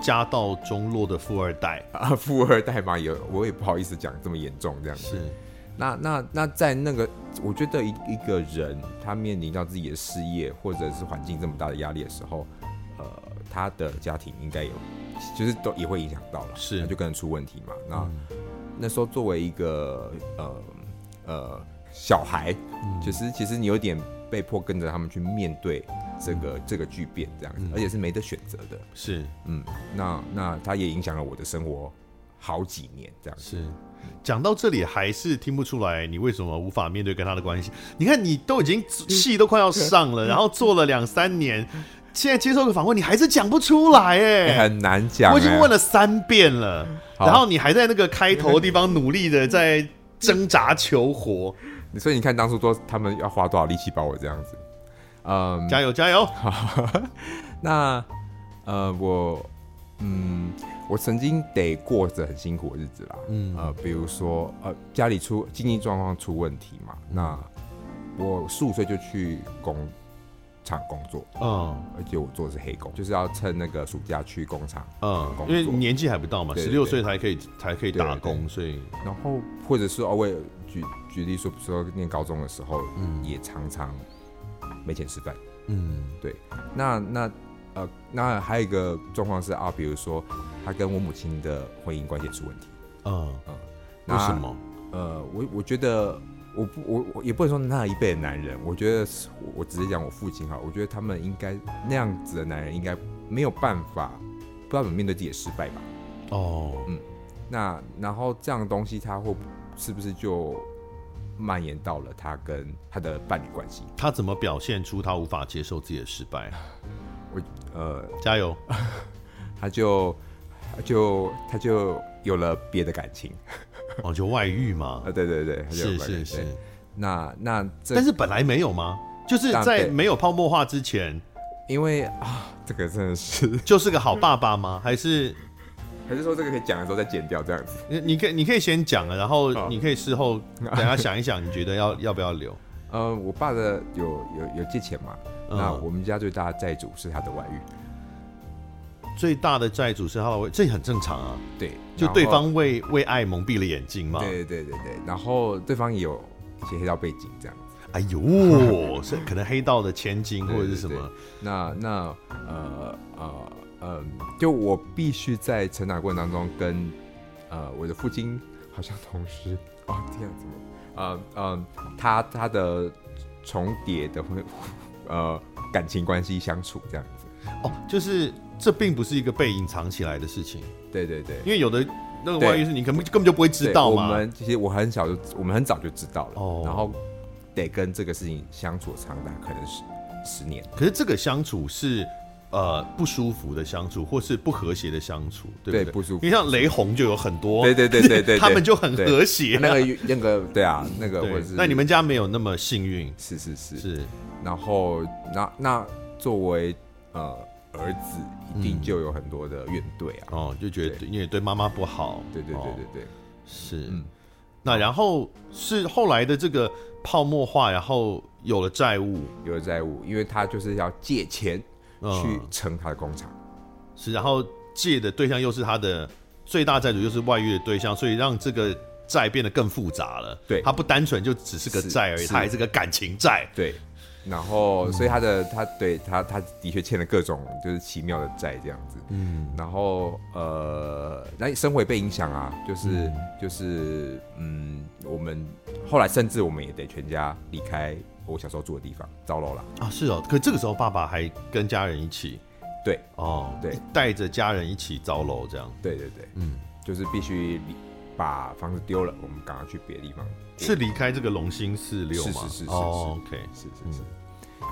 A: 家道中落的富二代
B: 啊，富二代嘛，也我也不好意思讲这么严重这样子。
A: 是
B: 那那那在那个，我觉得一一个人他面临到自己的事业或者是环境这么大的压力的时候，呃，他的家庭应该有，就是都也会影响到了，
A: 是
B: 那就跟人出问题嘛。那、那时候作为一个呃呃小孩，其实其实你有点被迫跟着他们去面对这个、这个巨变这样子，而且是没得选择的。
A: 是
B: 嗯，那那他也影响了我的生活好几年这样子。
A: 是。讲到这里还是听不出来你为什么无法面对跟他的关系。你看你都已经戏都快要上了，然后做了两三年，现在接受个访问，你还是讲不出来哎、
B: 欸很难讲、欸，
A: 我已经问了三遍了，
B: 好
A: 然后你还在那个开头的地方努力的在挣扎求活，
B: 所以你看当初多他们要花多少力气把我这样子，嗯，
A: 加油加油！
B: 那呃我嗯我曾经得过着很辛苦的日子啦，嗯呃比如说呃家里出经济状况出问题嘛，
A: 嗯
B: 那我十五岁就去工厂工作，
A: 嗯
B: 而且我做的是黑工，就是要趁那个暑假去工厂，
A: 嗯，
B: 工
A: 因
B: 作
A: 为年纪还不到嘛，
B: 对
A: 十
B: 对
A: 六
B: 对
A: 岁才可以才可以打工，所以
B: 然后或者是偶尔举举例说，比如说念高中的时候，也常常没钱吃饭。
A: 嗯
B: 对，那那呃，那还有一个状况是啊，比如说他跟我母亲的婚姻关系也出问题。
A: 嗯，
B: 那
A: 为什？么？
B: 呃，我我觉得我不我我也不能说那一辈的男人，我觉得是我我直接讲我父亲哈，我觉得他们应该那样子的男人应该没有办法，不知道怎么面对自己的失败吧。
A: 哦，
B: 那然后这样的东西，他会是不是就蔓延到了他跟他的伴侣关系？
A: 他怎么表现出他无法接受自己的失败？
B: 我呃，
A: 加油！
B: 他就他就他就有了别的感情。
A: 哦，就外遇 嘛
B: 啊，，对对对，他就是有关
A: 是
B: 联
A: 是
B: 对，那那这，
A: 但是本来没有吗？就是
B: 但
A: 在
B: 对
A: 没有泡沫化之前，
B: 因为啊，这个真的是，
A: 就是个好爸爸吗？还是
B: 还是说这个可以讲的时候再剪掉这样子？
A: 你你可以你可以先讲啊了，然后
B: 好
A: 你可以事后等下想一想，你觉得 要要不要留？
B: 呃，我爸的有有有借钱嘛，
A: 嗯
B: 那我们家最大的债主是他的外遇，
A: 最大的债主是他的位，这很正常啊，
B: 对，
A: 就
B: 然后
A: 对，方为为爱蒙蔽了眼睛嘛。
B: 对对对对，然后对方也有一些黑道背景这样子，
A: 哎 呦，是可能黑道的千金
B: 对
A: 或者是什？
B: 对
A: 么
B: 对那那呃呃呃，就我必须在成长过程当中跟呃我的父亲好像同时，哦天啊，怎么？呃呃，他他的重叠的婚 呃感情关系相处这样子。
A: 哦，就是这并不是一个被隐藏起来的事情，
B: 对对对，
A: 因为有的那个
B: 对
A: 外遇是你根本根本就不会知道
B: 对我
A: 嘛。
B: 们其实我很小就我们很早就知道了，
A: 哦
B: 然后得跟这个事情相处长达可能是 十年。
A: 可是这个相处是呃不舒服的相处，或是不和谐的相处，对不对？
B: 对不舒服
A: 因为像雷洪就有很多，
B: 对对对 对对对
A: 他们就很和谐。啊
B: 那个那个对啊，那个
A: 对
B: 或者是
A: 那你们家没有那么幸运，
B: 是是是
A: 是
B: 然后那那作为呃儿子，一定就有很多的怨怼啊。
A: 哦，就觉得
B: 对
A: 因为对妈妈不好，
B: 对对对嗯
A: 哦
B: 对对，
A: 是。那然后是后来的这个泡沫化，然后有了债务，
B: 有债务，因为他就是要借钱
A: 嗯
B: 去撑他的工厂。
A: 是然后借的对象又是他的最大债主，又是外遇的对象，所以让这个债变得更复杂了。
B: 对
A: 他不单纯就只是个
B: 是
A: 债而已，
B: 是
A: 他还是个感情债。
B: 对，然后所以他的他对他他的确欠了各种就是奇妙的债这样子，嗯，然后呃，那生活也被影响啊，就是、就是嗯，我们后来甚至我们也得全家离开我小时候住的地方，糟楼了，
A: 啊，是哦，可这个时候爸爸还跟家人一起
B: 对
A: 哦，
B: 对，
A: 带着家人一起遭楼这样。
B: 对对对，嗯，就是必须离把房子丢了，我们赶快去别的地方，
A: 是离开这个龙兴四六
B: 是
A: 吗？
B: 是是是是
A: 哦，OK，
B: 是是是，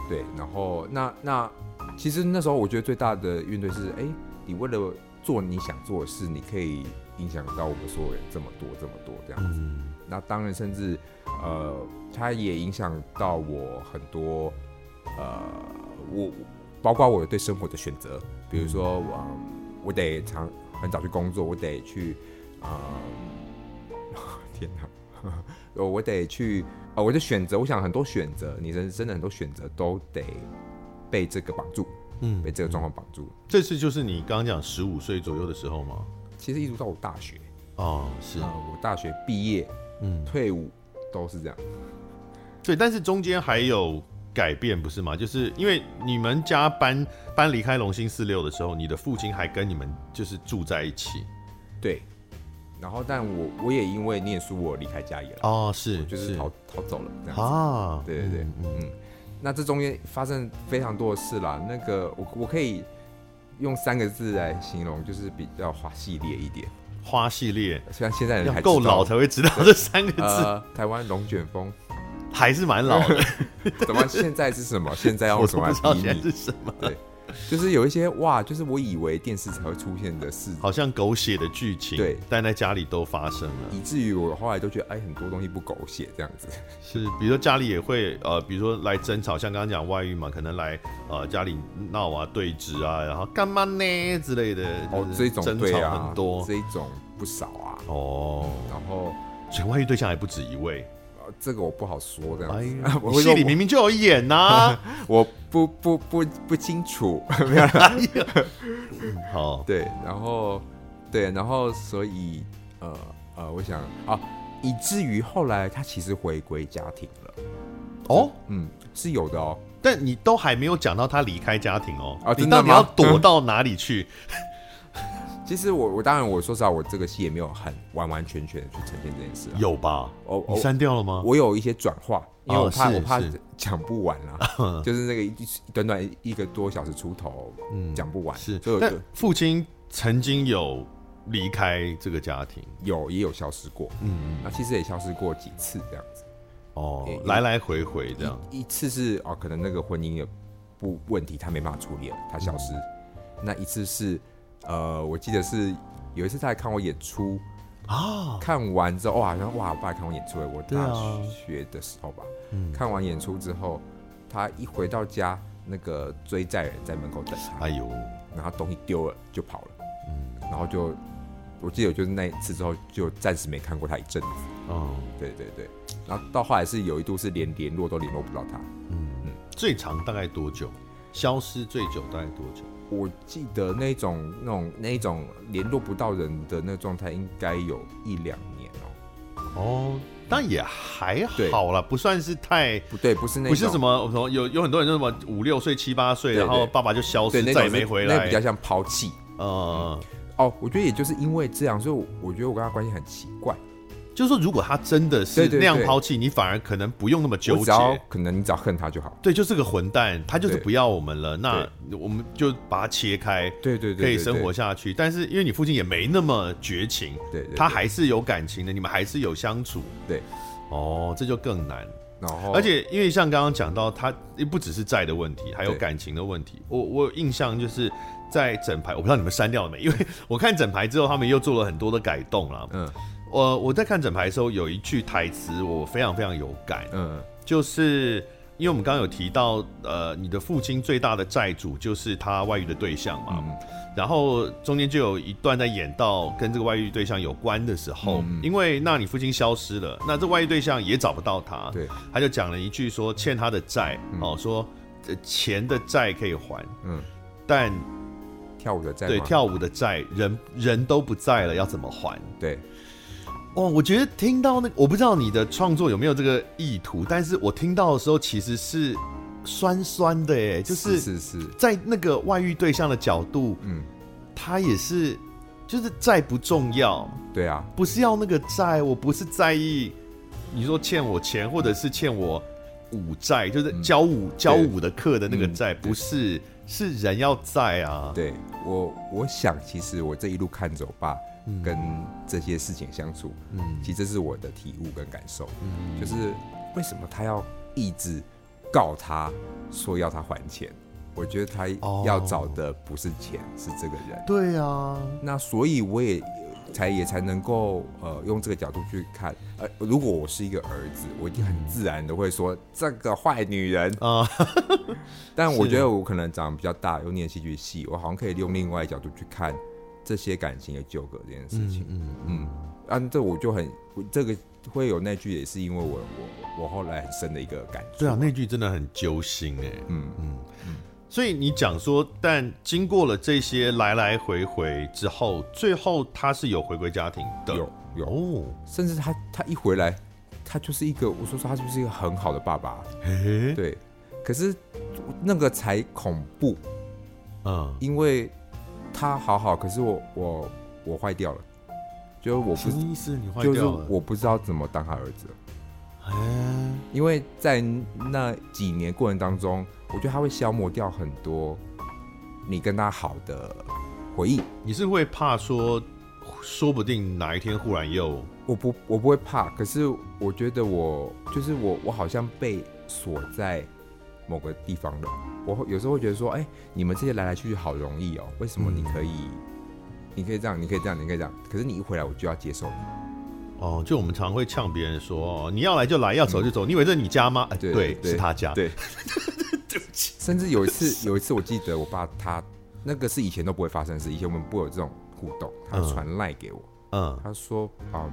B: 对。然后那那其实那时候我觉得最大的运对是，哎、你为了做你想做的事，你可以影响到我们所有人这么多这么多这样子。
A: 嗯
B: 那当然，甚至呃，它也影响到我很多呃，我包括我对生活的选择，比如说我、呃我得常很早去工作，我得去啊、呃 天哪！我我得去，呃，我的选择，我想很多选择，你人生的很多选择都得被这个绑住，
A: 嗯
B: 被这个状况绑住。
A: 这次就是你刚刚讲十五岁左右的时候吗？
B: 其实一直到我大学，
A: 哦，是
B: 呃，我大学毕业、
A: 嗯，
B: 退伍都是这样。
A: 对，但是中间还有改变，不是吗？就是因为你们家搬搬离开龙兴四六的时候，你的父亲还跟你们就是住在一起。
B: 对，然后但我我也因为念书，我离开家里了，
A: 哦，是，
B: 就是逃逃走了这样子。
A: 啊，
B: 对对对，嗯那这中间发生非常多的事啦。那个我我可以用三个字来形容，就是比较华系列一点。
A: 花系列
B: 虽然现在人
A: 要
B: 还
A: 够
B: 知道
A: 老才会知道这三个字，
B: 呃，台湾龙卷风，
A: 还是蛮老 的。
B: 怎么现在是什么？现在要
A: 我
B: 用
A: 都
B: 什么
A: 不
B: 来
A: 知道
B: 比
A: 现在是
B: 拟？
A: 什么，
B: 对，就是有一些哇，就是我以为电视才会出现的事，
A: 好像狗血的剧情，
B: 对
A: 但在家里都发生了。
B: 以至于我后来都觉得哎，很多东西不狗血这样子。
A: 是，比如说家里也会呃，比如说来争吵，像刚刚讲外遇嘛，可能来呃家里闹啊、对峙啊，然后干嘛呢之类的，
B: 哦
A: 就，
B: 这
A: 是
B: 种
A: 争
B: 对
A: 吵
B: 啊，
A: 很多。
B: 这种不少啊。
A: 哦，
B: 然后
A: 所以外遇对象还不止一位。
B: 呃这个我不好说这样
A: 哎
B: 子，
A: 呀，
B: 我
A: 你
B: 会
A: 戏
B: 说
A: 里明明就有啊演呐、
B: 我我不不不不清楚，
A: 哎呀，嗯好，
B: 对，然后对，然后所以呃呃，我想啊，以至于后来他其实回归家庭了，
A: 哦，
B: 嗯，是有的哦。
A: 但你都还没有讲到他离开家庭哦，
B: 啊
A: 你
B: 真
A: 到
B: 的
A: 底要
B: 吗
A: 躲到哪里去？
B: 其实我我当然我说实话，我这个戏也没有很完完全全的去呈现这件事、啊。
A: 有吧？
B: 哦
A: 你
B: 哦
A: 删掉了吗？
B: 我有一些转化，因为我怕、
A: 哦是
B: 我怕
A: 是
B: 讲不完 啦，就是那个一短短一个多小时出头，讲不完。
A: 是
B: 所以，我
A: 但
B: 就
A: 父亲曾经有离开这个家庭
B: 有也有消失过，嗯，那其实也消失过几次这样子。
A: 哦
B: 也，
A: 来来回回这样。
B: 一一次是哦，可能那个婚姻有不问题，他没办法处理了，他消失。那一次是呃，我记得是有一次他来看我演出，
A: 啊，
B: 看完之后，哇，然后哇，我爸看我演出了，我
A: 对啊嗯
B: 大学的时候吧，看完演出之后，他一回到家，那个追债人在门口等他，
A: 哎嗯呦，
B: 然后东西丢了就跑了，然后就，我记得我就是那一次之后，就暂时没看过他一阵子，
A: 嗯，
B: 对对对，然后到后来是有一度是连联络都联络不到他，
A: 最长大概多久？消失最久大概多久？
B: 我记得那种那种那一种联络不到人的那状态，应该有一两年哦、
A: 哦，但也还好啦，不算是太。
B: 不对，不是那
A: 不是
B: 种
A: 什么什么有有很多人就什么五六岁七八岁，
B: 对
A: 然后
B: 对
A: 爸爸就消
B: 对
A: 失，
B: 那种
A: 再也
B: 是
A: 没回
B: 那
A: 来
B: 比。较像抛弃。
A: 呃，
B: 哦，我觉得也就是因为这样，所以我我觉得我跟他关系很奇怪。
A: 就是说，如果他真的是
B: 对对
A: 那样
B: 对
A: 抛弃，你反而可能不用那么
B: 我
A: 纠
B: 只
A: 结。
B: 要可能你只要恨他就好。
A: 对，就是个混蛋，他就是
B: 对
A: 不要我们了，那我们就把他切开，
B: 对对对
A: 可以生活
B: 下。
A: 下去。但是因为你父亲也没那么绝情，
B: 对对对
A: 他还是有感情的，你们还是有相处。
B: 对，
A: 哦，这就更难。
B: 然后
A: 而且因为像刚刚讲到，他不只是债的问题，还有
B: 对
A: 感情的问题。我我有印象就是在整排，我不知道你们删掉了没，因为我看整排之后，他们又做了很多的改动啦。
B: 嗯
A: 我我在看整排的时候，有一句台词我非常非常有感，
B: 嗯
A: 就是因为我们刚刚有提到，呃，你的父亲最大的债主就是他外遇的对象
B: 嗯
A: 嘛，然后中间就有一段在演到跟这个外遇对象有关的时候，因为那你父亲消失了，那这外遇对象也找不到他，
B: 对，
A: 他就讲了一句说欠他的债、哦，说呃钱的债可以还，嗯
B: 嗯，
A: 但
B: 跳舞的在
A: 对
B: 吗
A: 跳舞的债人人都不在了，要怎么还？
B: 对，
A: 哦，我觉得听到那，我不知道你的创作有没有这个意图，但是我听到的时候其实是酸酸的，哎，就是
B: 是是是
A: 在那个外遇对象的角度，嗯
B: 嗯，
A: 他也是，就是债不重要，
B: 对啊，
A: 不是要那个债，我不是在意你说欠我钱，或者是欠我舞债，就是教舞、教舞的课的那个债，不是，是人要在嗯啊，
B: 对我，我想其实我这一路看着我爸跟这些事情相处，嗯，其实这是我的体悟跟感受，嗯，就是为什么他要一直告他说要他还钱？我觉得他
A: 哦
B: 要找的不是钱，是这个人。
A: 对啊，
B: 那所以我也才也才能够呃用这个角度去看，呃，如果我是一个儿子，我一定很自然的会说这个坏女人
A: 啊
B: 啊。但我
A: 是
B: 觉得我可能长比较大，又念戏剧系，我好像可以用另外角度去看这些感情的纠葛这件事情。嗯嗯，啊，这我就很我这个会有那句，也是因为我我我后来很深的一个感触。
A: 对啊，那句真的很揪心哎、
B: 嗯
A: 嗯所以你讲说，但经过了这些来来回回之后，最后他是有回归家庭的。
B: 有有
A: 哦，
B: 甚至他他一回来，他就是一个，我说实话他就是一个很好的爸爸。
A: 嘿，
B: 对，可是那个才恐怖，
A: 嗯，
B: 因为他好好，可是我我我坏掉了，就是我
A: 什
B: 不
A: 么意思？你坏
B: 就
A: 掉
B: 是
A: 了？
B: 我不知道怎么当他儿子了，
A: 哎，
B: 因为在那几年过程当中，我觉得他会消磨掉很多你跟他好的回忆。
A: 你是会怕说，说不定哪一天忽然又
B: 我不我不会怕，可是我觉得我就是我我好像被锁在某个地方了。我会有时候会觉得说，哎、你们这些来来去去好容易哦，为什么你可以，你可以这样，你可以这样，你可以这样，可是你一回来我就要接受你，
A: 哦，就我们常会呛别人说，哦你要来就来，要走就走，你以为这是你家吗？哎
B: 嗯对对
A: 是他家。，
B: 对，甚至有一次有一次我记得我爸他那个是以前都不会发生的事，以前我们不会有这种互动，他
A: 嗯
B: 传赖给我，
A: 嗯，
B: 他说，嗯，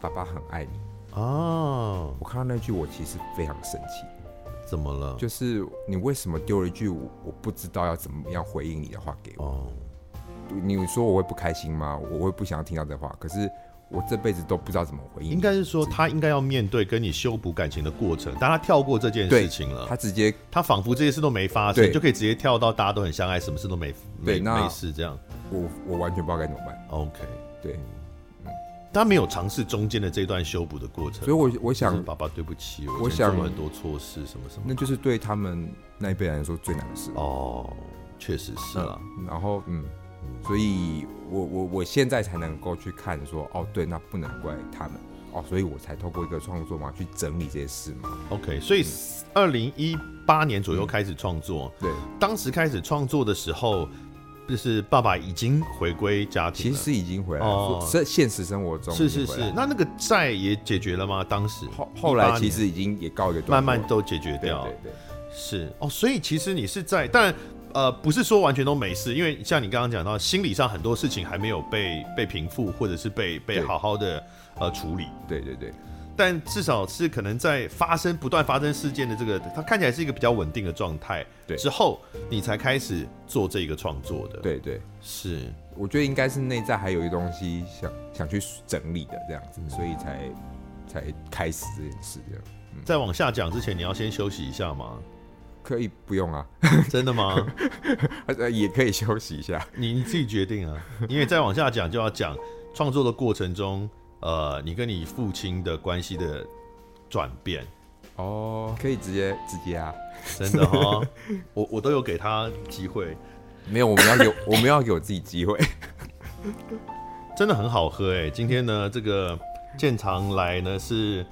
B: 爸爸很爱你。
A: 哦，
B: 我看到那句我其实非常生气。
A: 嗯怎么了？
B: 就是你为什么丢了一句我我不知道要怎么样回应你的话给我？
A: 哦，
B: 你说我会不开心吗？我会不想要听到这话，可是我这辈子都不知道怎么回应你。
A: 应该是说他应该要面对跟你修补感情的过程，但他跳过这件
B: 对
A: 事情了。
B: 他直接
A: 他仿佛这些事都没发生，
B: 对
A: 就可以直接跳到大家都很相爱，什么事都没没
B: 对那
A: 没事这样。
B: 我我完全不知道该怎么办。
A: OK，
B: 对，
A: 嗯他没有尝试中间的这段修补的过程。
B: 所以我
A: 就
B: 我
A: 是
B: 想
A: 爸爸对不起，我以
B: 我
A: 前
B: 想
A: 做了很多错事，什么什么
B: 那。就是对他们那一辈人来说最难的事。
A: 哦，确实是啊。
B: 嗯然后嗯，所以我我我现在才能够去看说哦，对，那不能怪他们哦，所以我才透过一个创作嘛去整理这些事嘛。
A: OK，所以二零一八年左右开始创作，
B: 对，
A: 当时开始创作的时候，就是爸爸已经回归家庭
B: 其
A: 了。
B: 实已经回来
A: 哦
B: 了，是现实生活中
A: 是
B: 已
A: 是
B: 经回来了
A: 是，那那个债也解决了吗？当时
B: 后后来
A: 18
B: 其
A: 年
B: 实已经也告一个段落
A: 慢慢都解决
B: 对
A: 掉。
B: 对对，
A: 是哦，所以其实你是在，但呃，不是说完全都没事，因为像你刚刚讲到，心理上很多事情还没有被被平复，或者是被被
B: 对
A: 好好的呃处理，
B: 对对对，
A: 但至少是可能在发生不断发生事件的这个，它看起来是一个比较稳定的状态，
B: 对
A: 之后你才开始做这个创作的，，
B: 对对，
A: 是
B: 我觉得应该是内在还有一东西想想去整理的这样子，
A: 嗯
B: 所以才才开始这件事这样。
A: 在往下讲之前，你要先休息一下 吗？
B: 可以不用啊，
A: 真的吗？
B: 呃也可以休息一下。
A: 你你自己决定啊，因为再往下讲就要讲创作的过程中，呃，你跟你父亲的关系的转变，
B: 哦，可以直接直接啊，
A: 真的 哦，我我都有给他机会，
B: 没有，我们要给 我们要给我自己机会。
A: 真的很好喝哎。今天呢，这个建常来呢是，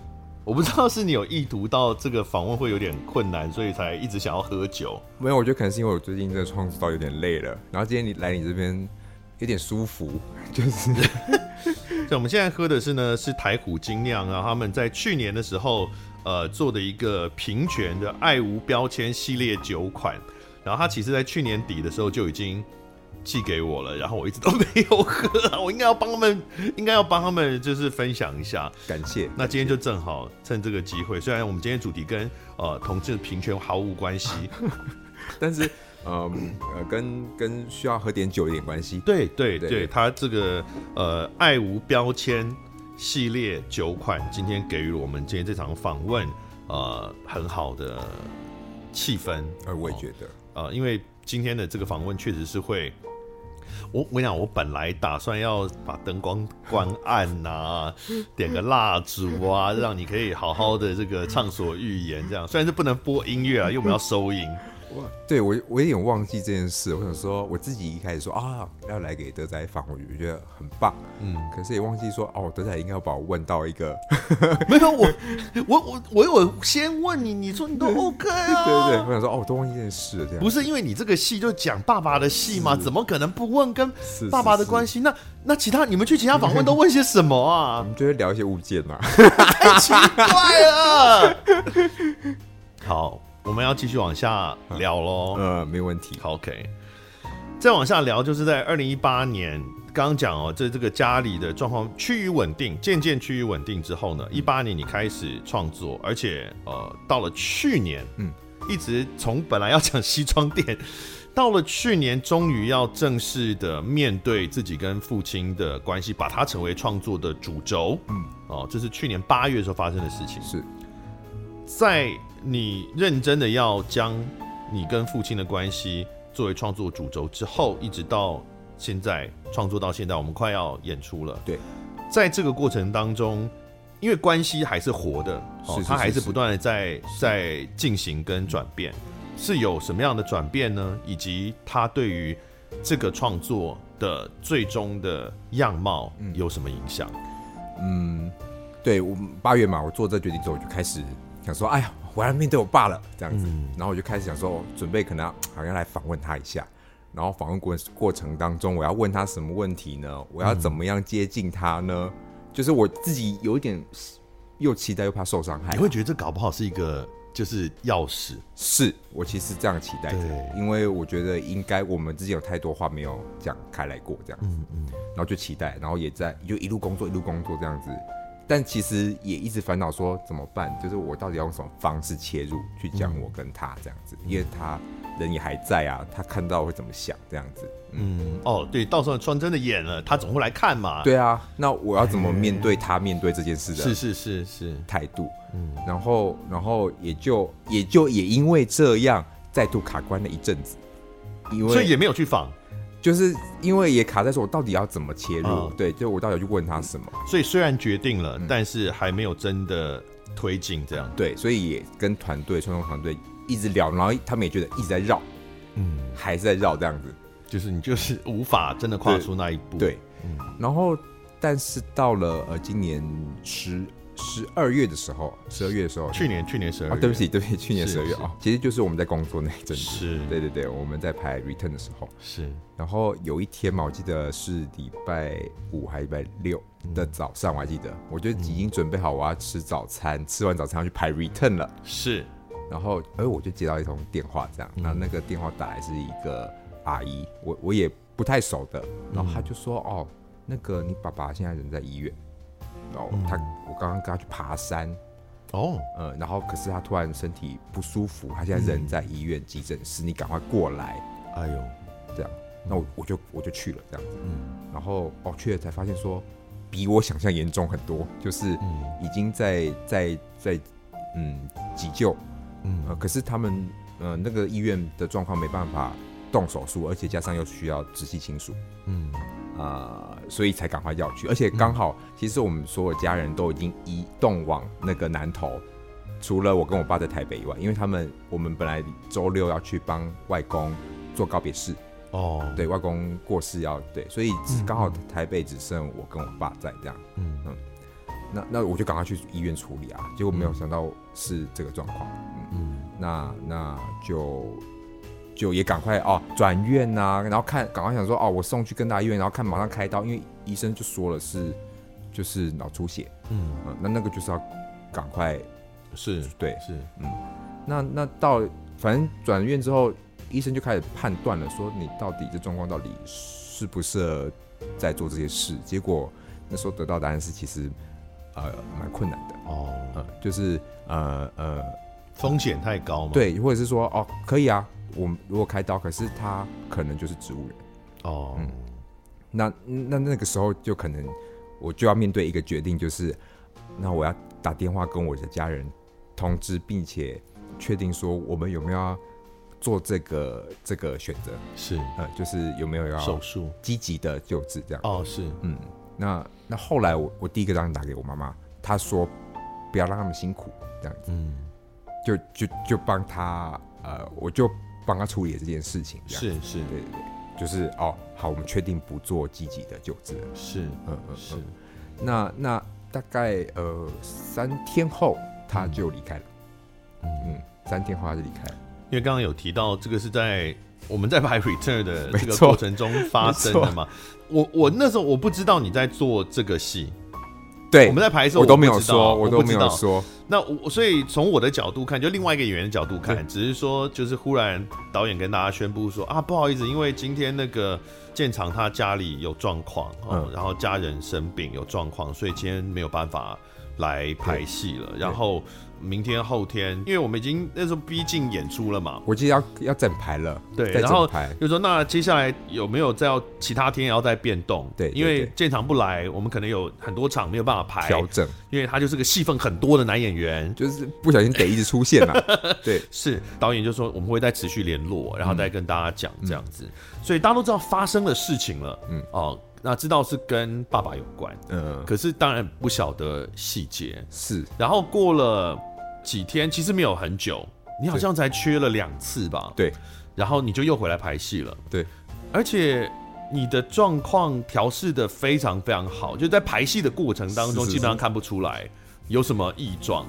A: 我不知道是你有意图到这个访问会有点困难，所以才一直想要喝酒。
B: 没有，我觉得可能是因为我最近真的创作 到有点累了，然后今天你来你这边有点舒服，就是
A: 那我们现在喝的是呢是台虎精酿啊，他们在去年的时候呃做的一个平权的爱无标签系列酒款，然后它其实在去年底的时候就已经寄给我了，然后我一直都没有喝啊，我应该要帮他们，应该要帮他们就是分享一下。
B: 感谢。
A: 那今天就正好趁这个机会，虽然我们今天主题跟呃同志平权毫无关系，
B: 但是呃呃，跟跟需要喝点酒有点关系。
A: 对对
B: 对
A: 对，它这个呃爱无标签系列酒款，今天给予了我们今天这场访问呃很好的气氛，
B: 呃，我也觉得，
A: 呃，因为今天的这个访问确实是会，我我跟你讲，我本来打算要把灯光关暗呐、点个蜡烛啊，让你可以好好的这个畅所欲言，这样虽然是不能播音乐啊，因为我们要收音，
B: 对我我有点忘记这件事。我想说，我自己一开始说啊要来给德仔访，我觉得很棒，嗯，可是也忘记说哦，德仔应该要把我问到一个，
A: 啊没有我我我我有先问你，你说 你都 OK 啊，
B: 对对对，我想说哦，我都忘记这件事了，这样
A: 不是因为你这个戏就讲爸爸的戏嘛，怎么可能不问跟
B: 是是
A: 爸爸的关系？那那其他你们去其他访问都问些什么
B: 我
A: 啊？
B: 们就会聊一些物件嘛。
A: 太奇怪了。好，我们要继续往下聊喽。
B: 呃，没问题。
A: 好 OK，再往下聊，就是在二零一八年，刚刚讲哦，这这个家里的状况趋于稳定，渐渐趋于稳定之后呢，一八年你开始创作，而且呃，到了去年，嗯
B: 嗯，
A: 一直从本来要讲西装店。到了去年，终于要正式的面对自己跟父亲的关系，把它成为创作的主轴。嗯，哦，这是去年八月的时候发生的事情。
B: 是
A: 在你认真的要将你跟父亲的关系作为创作主轴之后，一直到现在创作到现在，我们快要演出了。
B: 对，
A: 在这个过程当中，因为关系还是活的，哦，
B: 是是
A: 它还
B: 是
A: 是
B: 是
A: 不断的在在进行跟转变，是有什么样的转变呢？以及他对于这个创作的最终的样貌
B: 嗯
A: 有什么影响？
B: 对我八月嘛，我做这决定之后，我就开始想说，哎呀，我要面对我爸了，这样子。然后我就开始想说，准备可能要好像来访问他一下。然后访问过过程当中，我要问他什么问题呢？我要怎么样接近他呢？就是我自己有一点又期待又怕受伤害
A: 你。会觉得这搞不好是一个就是钥匙，
B: 是我其实这样期待
A: 对
B: 的，因为我觉得应该我们之前有太多话没有讲开来过，这样子，
A: 嗯
B: 然后就期待，然后也在就一路工作一路工作这样子，但其实也一直烦恼说怎么办，就是我到底要用什么方式切入去讲我跟他这样子，
A: 嗯
B: 因为他人也还在啊，他看到会怎么想这样子，
A: 嗯，哦，对，到时候穿真的演了，他总会来看嘛。，
B: 对啊，那我要怎么面对他面对这件事 的
A: 是嗯是是是，
B: 态度，然后然后也就也就也因为这样再度卡关了一阵子。因为
A: 所以也没有去访，
B: 就是因为也卡在说，我到底要怎么切入？
A: 嗯
B: 对，就我到底要去问他什么？
A: 所以虽然决定
B: 嗯
A: 了，但是还没有真的推进这样。
B: 对，所以也跟团队、传统团队一直聊，然后他们也觉得一直在绕，
A: 嗯，
B: 还是在绕这样子。
A: 就是你就是无法真的跨出那一步。
B: 对，，
A: 嗯
B: 然后但是到了呃今年十十二月的时候，十二月的时候，
A: 去年去年十二
B: 啊，
A: 月，
B: 对不起，对不起，去年
A: 是
B: 十二月
A: 是
B: 哦，其实就是我们在工作那一阵子。
A: 是
B: 对对对，我们在排 return 的时候，
A: 是，
B: 然后有一天嘛，我记得是礼拜五还是礼拜六的早上，我还记得，我就已经准备好我要吃早餐，吃完早餐要去排 return 了。
A: 是
B: 然后，哎，我就接到一通电话，这样，那那个电话打来是一个阿姨，我我也不太熟的，然后她就说，哦，那个你爸爸现在人在医院，然后他、我刚刚跟他去爬山，
A: 哦，
B: 呃，然后可是他突然身体不舒服，他现在人在医院急诊室，你赶快过来，
A: 哎呦，
B: 这样，那我我就我就去了这样子，
A: 嗯
B: 然后哦去了才发现说比我想象严重很多，就是已经在在在嗯急救，
A: 嗯
B: 呃可是他们呃那个医院的状况没办法动手术，而且加上又需要直系亲属，
A: 嗯，
B: 啊，所以才赶快要去，而且刚好其实我们所有家人都已经移动往那个南投。除了我跟我爸在台北以外，因为他们我们本来周六要去帮外公做告别式，
A: 哦，
B: 对外公过世要对，所以只刚好台北只剩我跟我爸在这样，
A: 嗯
B: 嗯那那我就赶快去医院处理啊，结果没有想到是这个状况，嗯那那就就也赶快哦转院呐、然后看赶快想说哦我送去更大医院，然后看马上开刀，因为医生就说了是就是脑出血，
A: 嗯，
B: 嗯，那那个就是要赶快
A: 是
B: 对，
A: 是，
B: 那那到反正转院之后，医生就开始判断了，说你到底这状况到底适不适合在做这些事。结果那时候得到答案是，其实呃蛮困难的，
A: 哦，
B: 呃，就是呃呃
A: 风险太高嘛，，
B: 对，或者是说哦可以啊，我们如果开刀，可是他可能就是植物人。
A: 哦，
B: 嗯那那那个时候就可能我就要面对一个决定，就是那我要打电话跟我的家人通知，并且确定说我们有没有要做这个这个选择，
A: 是
B: 呃，就是有没有
A: 手
B: 要
A: 术，
B: 积极的救治这样。
A: 哦，是，
B: 嗯，那那后来我我第一个当然打给我妈妈，她说不要让他们辛苦，这样子
A: 嗯，
B: 就就就帮她呃，我就帮她处理了这件事情，这样子
A: 是是
B: 对对对，就是哦好，我们确定不做积极的救治了。
A: 是
B: 嗯嗯
A: 是，
B: 那那大概呃三天后他就离开了，嗯三天后他就离开了，
A: 因为刚刚有提到这个是在我们在拍 return 的这
B: 没
A: 个
B: 错
A: 过程中发生的嘛。我我那时候我不知道你在做这个戏，
B: 对，
A: 我们在排的时候
B: 我都没
A: 不
B: 有
A: 知道
B: 说，
A: 我
B: 都
A: 不知
B: 没有
A: 道。
B: 说，
A: 那我所以从我的角度看，就另外一个演员的角度看，只是说就是忽然导演跟大家宣布说啊，不好意思，因为今天那个建厂他家里有状况，哦
B: 嗯
A: 然后家人生病有状况，所以今天没有办法来排戏了。然后明天后天，因为我们已经那时候逼近演出了嘛，
B: 我记得要要整排了，
A: 对
B: 再
A: 然后
B: 整排，
A: 就说那接下来有没有再要其他天也要再变动？
B: 对对
A: 因为
B: 对
A: 建厂不来，我们可能有很多场没有办法排，
B: 调整，
A: 因为他就是个戏份很多的男演员。
B: 就是不小心得一直出 现了，对，
A: 是导演就说我们会再持续联络，然后再跟大家讲这样子，
B: 嗯
A: 所以大家都知道发生了事情了，嗯哦，那知道是跟爸爸有关，
B: 嗯，
A: 可是当然不晓得细节。
B: 是
A: 然后过了几天，其实没有很久，你好像才缺了两次吧，
B: 对
A: 然后你就又回来排戏了，
B: 对，
A: 而且你的状况调试的非常非常好，就在排戏的过程当中，
B: 是是嗯
A: 基本上看不出来有什么异状。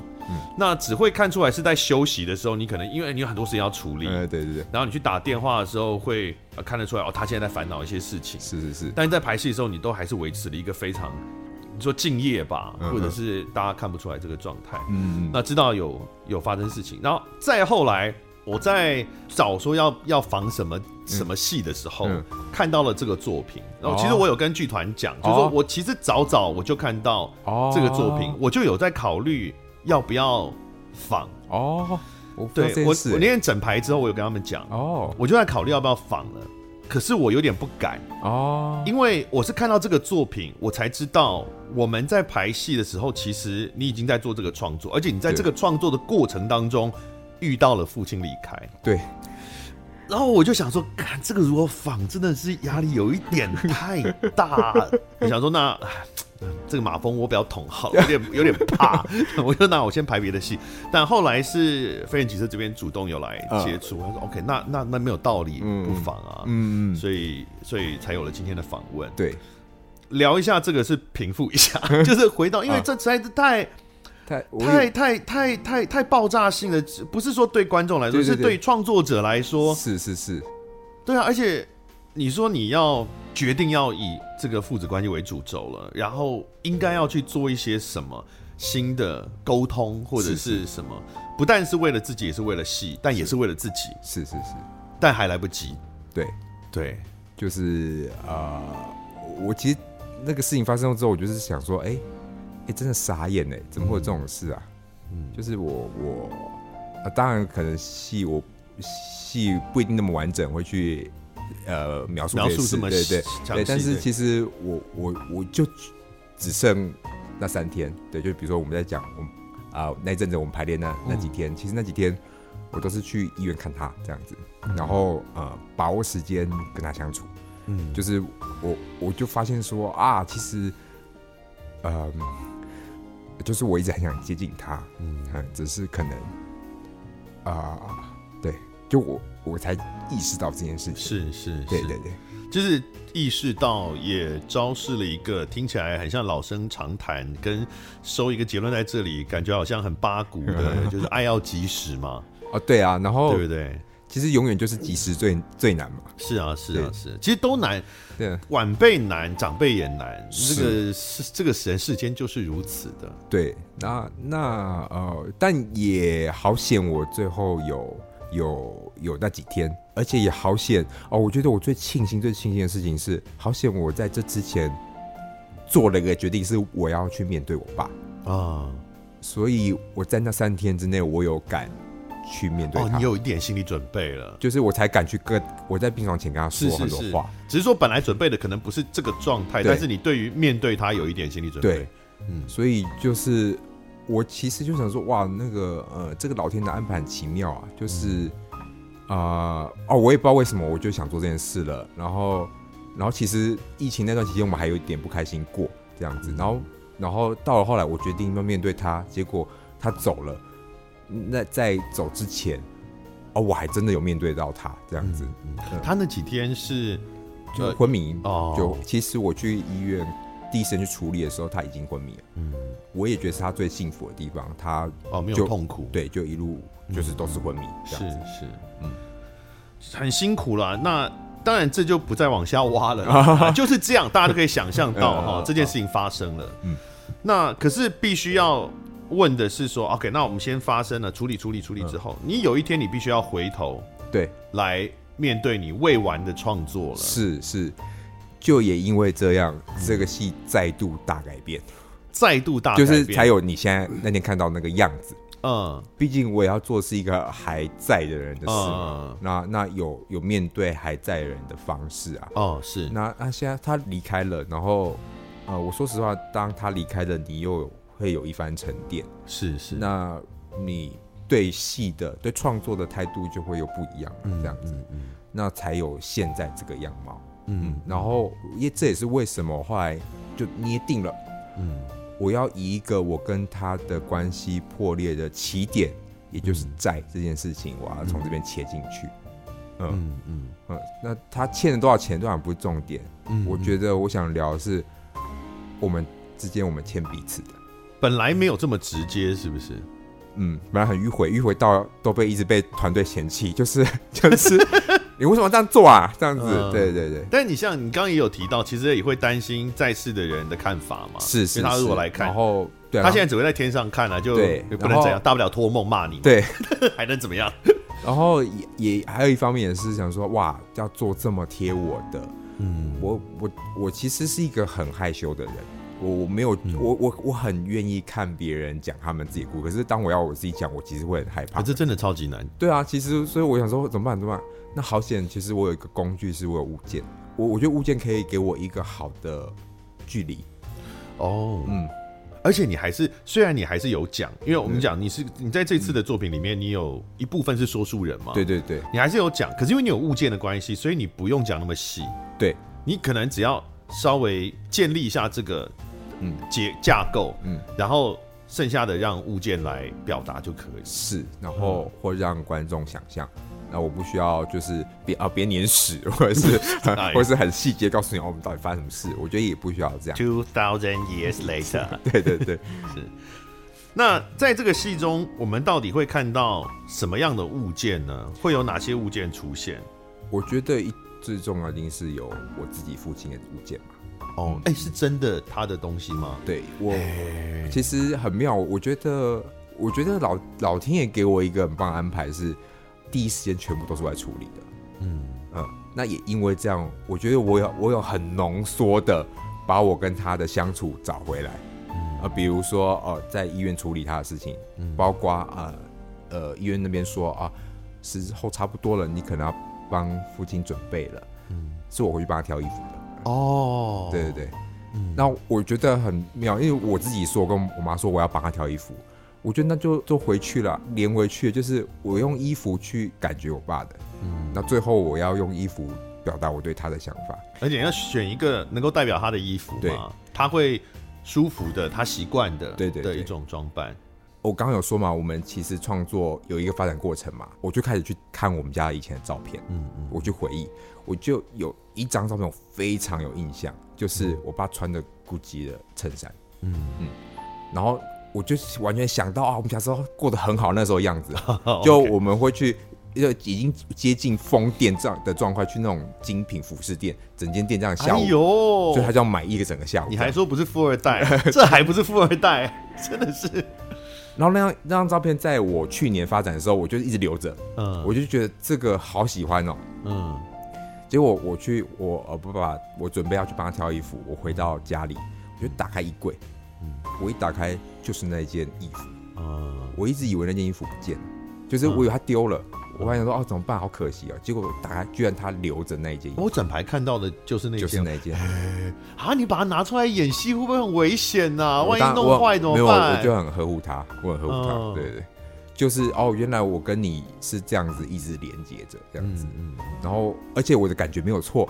A: 那只会看出来是在休息的时候，你可能因为你有很多事情要处理，
B: 呃，对对对，
A: 然后你去打电话的时候会、呃看得出来哦，他现在在烦恼一些事情。
B: 是是是，
A: 但是在排戏的时候，你都还是维持了一个非常，你说敬业吧，
B: 嗯哼
A: 或者是大家看不出来这个状态。
B: 嗯，
A: 那知道有有发生事情，然后再后来，我在找说要要防什么什么戏的时候，
B: 嗯
A: 看到了这个作品，然后其实
B: 哦
A: 我有跟剧团讲，就是说
B: 哦
A: 我其实早早我就看到
B: 哦，
A: 这个作品，我就有在考虑要不要仿。
B: 哦，我不知
A: 对
B: 道这件
A: 我
B: 事
A: 我那天整排之后，我有跟他们讲，
B: 哦
A: 我就在考虑要不要仿了，可是我有点不敢。
B: 哦，
A: 因为我是看到这个作品，我才知道我们在排戏的时候，其实你已经在做这个创作，而且你在
B: 对
A: 这个创作的过程当中遇到了父亲离开，
B: 对，
A: 然后我就想说，看这个如果仿真的是压力有一点太大，我想说那唉这个马蜂窝不要捅好了，有点有点怕，我就那我先排别的戏。但后来是飞人骑士这边主动有来接触，他说 OK，那那那没有道理，
B: 嗯
A: 不仿啊。
B: 嗯，嗯
A: 所以，所以才有了今天的访问。
B: 对，
A: 聊一下这个是平复一 下，就是回到，因为这实在是太、
B: 太啊我
A: 太太太太太爆炸性的，不是说对观众来说，
B: 对对
A: 是
B: 对
A: 对创作者来
B: 也
A: 说，
B: 是是是，
A: 对啊，而且你说你要决定要以这个父子关系为主轴了，然后应该要去做一些什么新的沟通或者
B: 是
A: 是
B: 是
A: 什么，不但是为了自己，也是为了戏，但也是为了自己，
B: 是是是，
A: 但还来不及，
B: 对。
A: 对，
B: 就是呃，我其实那个事情发生之后，我就是想说，哎、哎、真的傻眼哎，怎么会有这种事啊？
A: 嗯
B: 就是我我、啊，当然可能戏我戏不一定那么完整，会去呃描述
A: 描
B: 些
A: 述
B: 事
A: 这么
B: 对
A: 细
B: 对
A: 详细
B: 对，但是
A: 对
B: 其实我我我就只剩那三天，对，就比如说我们在讲我们啊、那一阵子我们排练那
A: 嗯
B: 那几天，其实那几天我都是去医院看他这样子，然后呃把握时间跟他相处。
A: 嗯，
B: 就是我我就发现说啊，其实，嗯，就是我一直很想接近他，
A: 嗯
B: 嗯，只是可能啊、对，就我我才意识到这件事情，
A: 是是是，
B: 对对对，
A: 就是意识到，也昭示了一个听起来很像老生常谈，跟收一个结论在 这里，感觉好像很八股的，就是爱要及时嘛，
B: 哦对啊，然后
A: 对不对？
B: 其实永远就是及时最最难嘛。
A: 是啊，是啊，是啊，其实都难，
B: 对啊
A: 晚辈难，长辈也难，
B: 是
A: 这个是这个人世间就是如此的。
B: 对，那那呃，但也好险，我最后有有有那几天，而且也好险哦。我觉得我最庆幸、最庆幸的事情是，好险我在这之前做了一个决定，是我要去面对我爸。
A: 啊，
B: 所以我在那三天之内，我有敢去面对
A: 哦，
B: 他，
A: 你有一点心理准备了，
B: 就是我才敢去跟我在病床前跟他说
A: 是
B: 很
A: 是
B: 多
A: 是
B: 话。，
A: 只是说本来准备的可能不是这个状态，
B: 对
A: 但是你对于面对他有一点心理准备。
B: 对，所以就是我其实就想说，哇，那个呃，这个老天的安排很奇妙啊，就是
A: 嗯
B: 啊、呃哦，我也不知道为什么，我就想做这件事了。然后，然后其实疫情那段期间，我们还有一点不开心过这样
A: 嗯
B: 子。然后，然后到了后来，我决定要面对他，结果他走了。那在走之前，哦，我还真的有面对到他这样子，
A: 嗯
B: 嗯
A: 他那几天是
B: 就
A: 呃
B: 昏迷。
A: 哦，
B: 就其实我去医院第一时间去处理的时候，他已经昏迷了。嗯，我也觉得是他最幸福的地方，他
A: 哦没有
B: 就
A: 痛苦，
B: 对就一路
A: 嗯
B: 就是都是昏迷这
A: 是
B: 样子。
A: 是，嗯，很辛苦啦。那当然，这就不再往下挖了啦， 就是这样，大家都可以想象到
B: 嗯嗯
A: 哈
B: 嗯，
A: 这件事情发生了。
B: 嗯，
A: 那可是必须要问的是说，OK，那我们先发生了，处理处理处理之
B: 嗯
A: 后，你有一天你必须要回头
B: 对，
A: 来面对你未完的创作了。
B: 是是，就也因为这样，这个戏再度大改变，
A: 再度嗯大改
B: 就
A: 变
B: 是才有你现在那天看到那个样子。
A: 嗯
B: 毕竟我也要做是一个还在的人的事嘛，
A: 嗯
B: 那那有有面对还在的人的方式啊，
A: 哦是
B: 那那现在他离开了，然后呃，我说实话，当他离开了，你又会有一番沉淀。
A: 是是
B: 那你对戏的、对创作的态度就会有不一样了，
A: 嗯
B: 这样子，那才有现在这个样貌。嗯，然后也这也是为什么后来就捏定了，嗯，我要以一个我跟他的关系破裂的起点，也就是债这件事情，我要从这边切进去。
A: 嗯嗯
B: 嗯，那他欠了多少钱，当然不是重点。
A: 嗯
B: 我觉得我想聊的是我们之间我们欠彼此的，
A: 本来没有这么直接，是不是？
B: 嗯，本来很迂回，迂回到都被一直被团队嫌弃， 就是 就是你为什么这样做啊？这样子，
A: 嗯
B: 对对对，
A: 但你像你刚刚也有提到，其实也会担心在世的人的看法嘛。
B: 是是
A: 因为他如果
B: 是
A: 来看
B: 然，后对，
A: 他现
B: 在
A: 在只会在天上看啊，就
B: 对
A: 也不
B: 然
A: 能
B: 后
A: 怎样，大不了托梦骂你，，
B: 对，
A: 还能怎么 样？
B: 然后也也还有一方面也是想说，哇，要做这么贴我的，嗯，我我我其实是一个很害羞的人，我我没有，
A: 嗯
B: 我我我很愿意看别人讲他们自己的故事，可是当我要我自己讲，我其实会很害怕
A: 啊，。这真的超级难。
B: 对啊，其实所以我想说怎么办怎么办？那好险，其实我有一个工具是我有物件，我我觉得物件可以给我一个好的距离。
A: 哦，嗯，而且你还是，虽然你还是有讲，因为我们讲你是你在这次的作品里面，你有一部分是说书人嘛，
B: 对，对对
A: 你还是有讲，可是因为你有物件的关系，所以你不用讲那么细，
B: 对，
A: 你可能只要稍微建立一下这个嗯
B: 嗯
A: 结架构，嗯
B: 嗯，
A: 然后剩下的让物件来表达就可以。
B: 是，然后或让观众想象。那我不需要就是别啊别粘屎，或者是
A: 哎
B: 或者是很细节告诉你哦我们到底发生什么事。我觉得也不需要这样。
A: Two thousand years later，
B: 对对对，
A: 那在这个戏中，我们到底会看到什么样的物件呢？会有哪些物件出现？
B: 我觉得一最重要一定是有我自己父亲的物件嘛。
A: 哦，哎、是真的他的东西吗？
B: 对我
A: 哎
B: 其实很妙，我觉得，我觉得老老天爷给我一个很棒的安排是，第一时间全部都是我来处理的。嗯嗯，那也因为这样，我觉得我有我有很浓缩的把我跟他的相处找回来。呃，比如说呃，在医院处理他的事情，包括呃呃医院那边说啊，时候差不多了，你可能要帮父亲准备了，是我回去帮他挑衣服的。
A: 哦，
B: 对对对，那我觉得很妙，因为我自己说，我跟我妈说我要帮她挑衣服，我觉得那就就回去了，连回去就是我用衣服去感觉我爸的，嗯，那最后我要用衣服表达我对他的想法，
A: 而且要选一个能够代表他的衣服
B: 对
A: 嘛，他会舒服的，他习惯的，
B: 对对
A: 的
B: 对
A: 一种装 扮。
B: 我刚刚有说嘛，我们其实创作有一个发展过程嘛，我就开始去看我们家以前的照片，嗯嗯，我去回忆，我就有一张照片我非常有印象，就是我爸穿的 GUCCI 的衬衫，嗯嗯，然后我就完全想到啊，我们小时候过得很好那时候的样子，
A: 哦
B: 就
A: OK
B: 我们会去呃已经接近疯店这样的状况，去那种精品服饰店，整间店这样下午，
A: 哎呦
B: 所以他就要买一个整个下午。
A: 你还说不是富二 代，这还不是富二代， 真的是，
B: 然后那张那张照片在我去年发展的时候，我就一直留着，
A: 嗯
B: 我就觉得这个好喜欢哦。
A: 嗯，
B: 结果我去我呃爸爸，我准备要去帮他挑衣服，我回到家里，我就打开衣柜，
A: 嗯
B: 我一打开就是那一件衣服，
A: 啊，
B: 我一直以为那件衣服不见了，就是
A: 嗯
B: 我以为它丢了，我还想说哦怎么办，好可惜哦。结果我打开居然他留着那一件衣服，
A: 我整排看到的就是那
B: 就是
A: 件
B: 那一件。
A: 啊，你把它拿出来演戏会不会很危险呐、啊
B: 我
A: 万一
B: 当
A: 弄坏怎
B: 我没
A: 么
B: 有，我
A: 办？
B: 就很呵护他，我很呵护他。
A: 嗯
B: 对对对，就是哦，原来我跟你是这样子一直连接着这样子，
A: 嗯
B: 然后而且我的感觉没有错，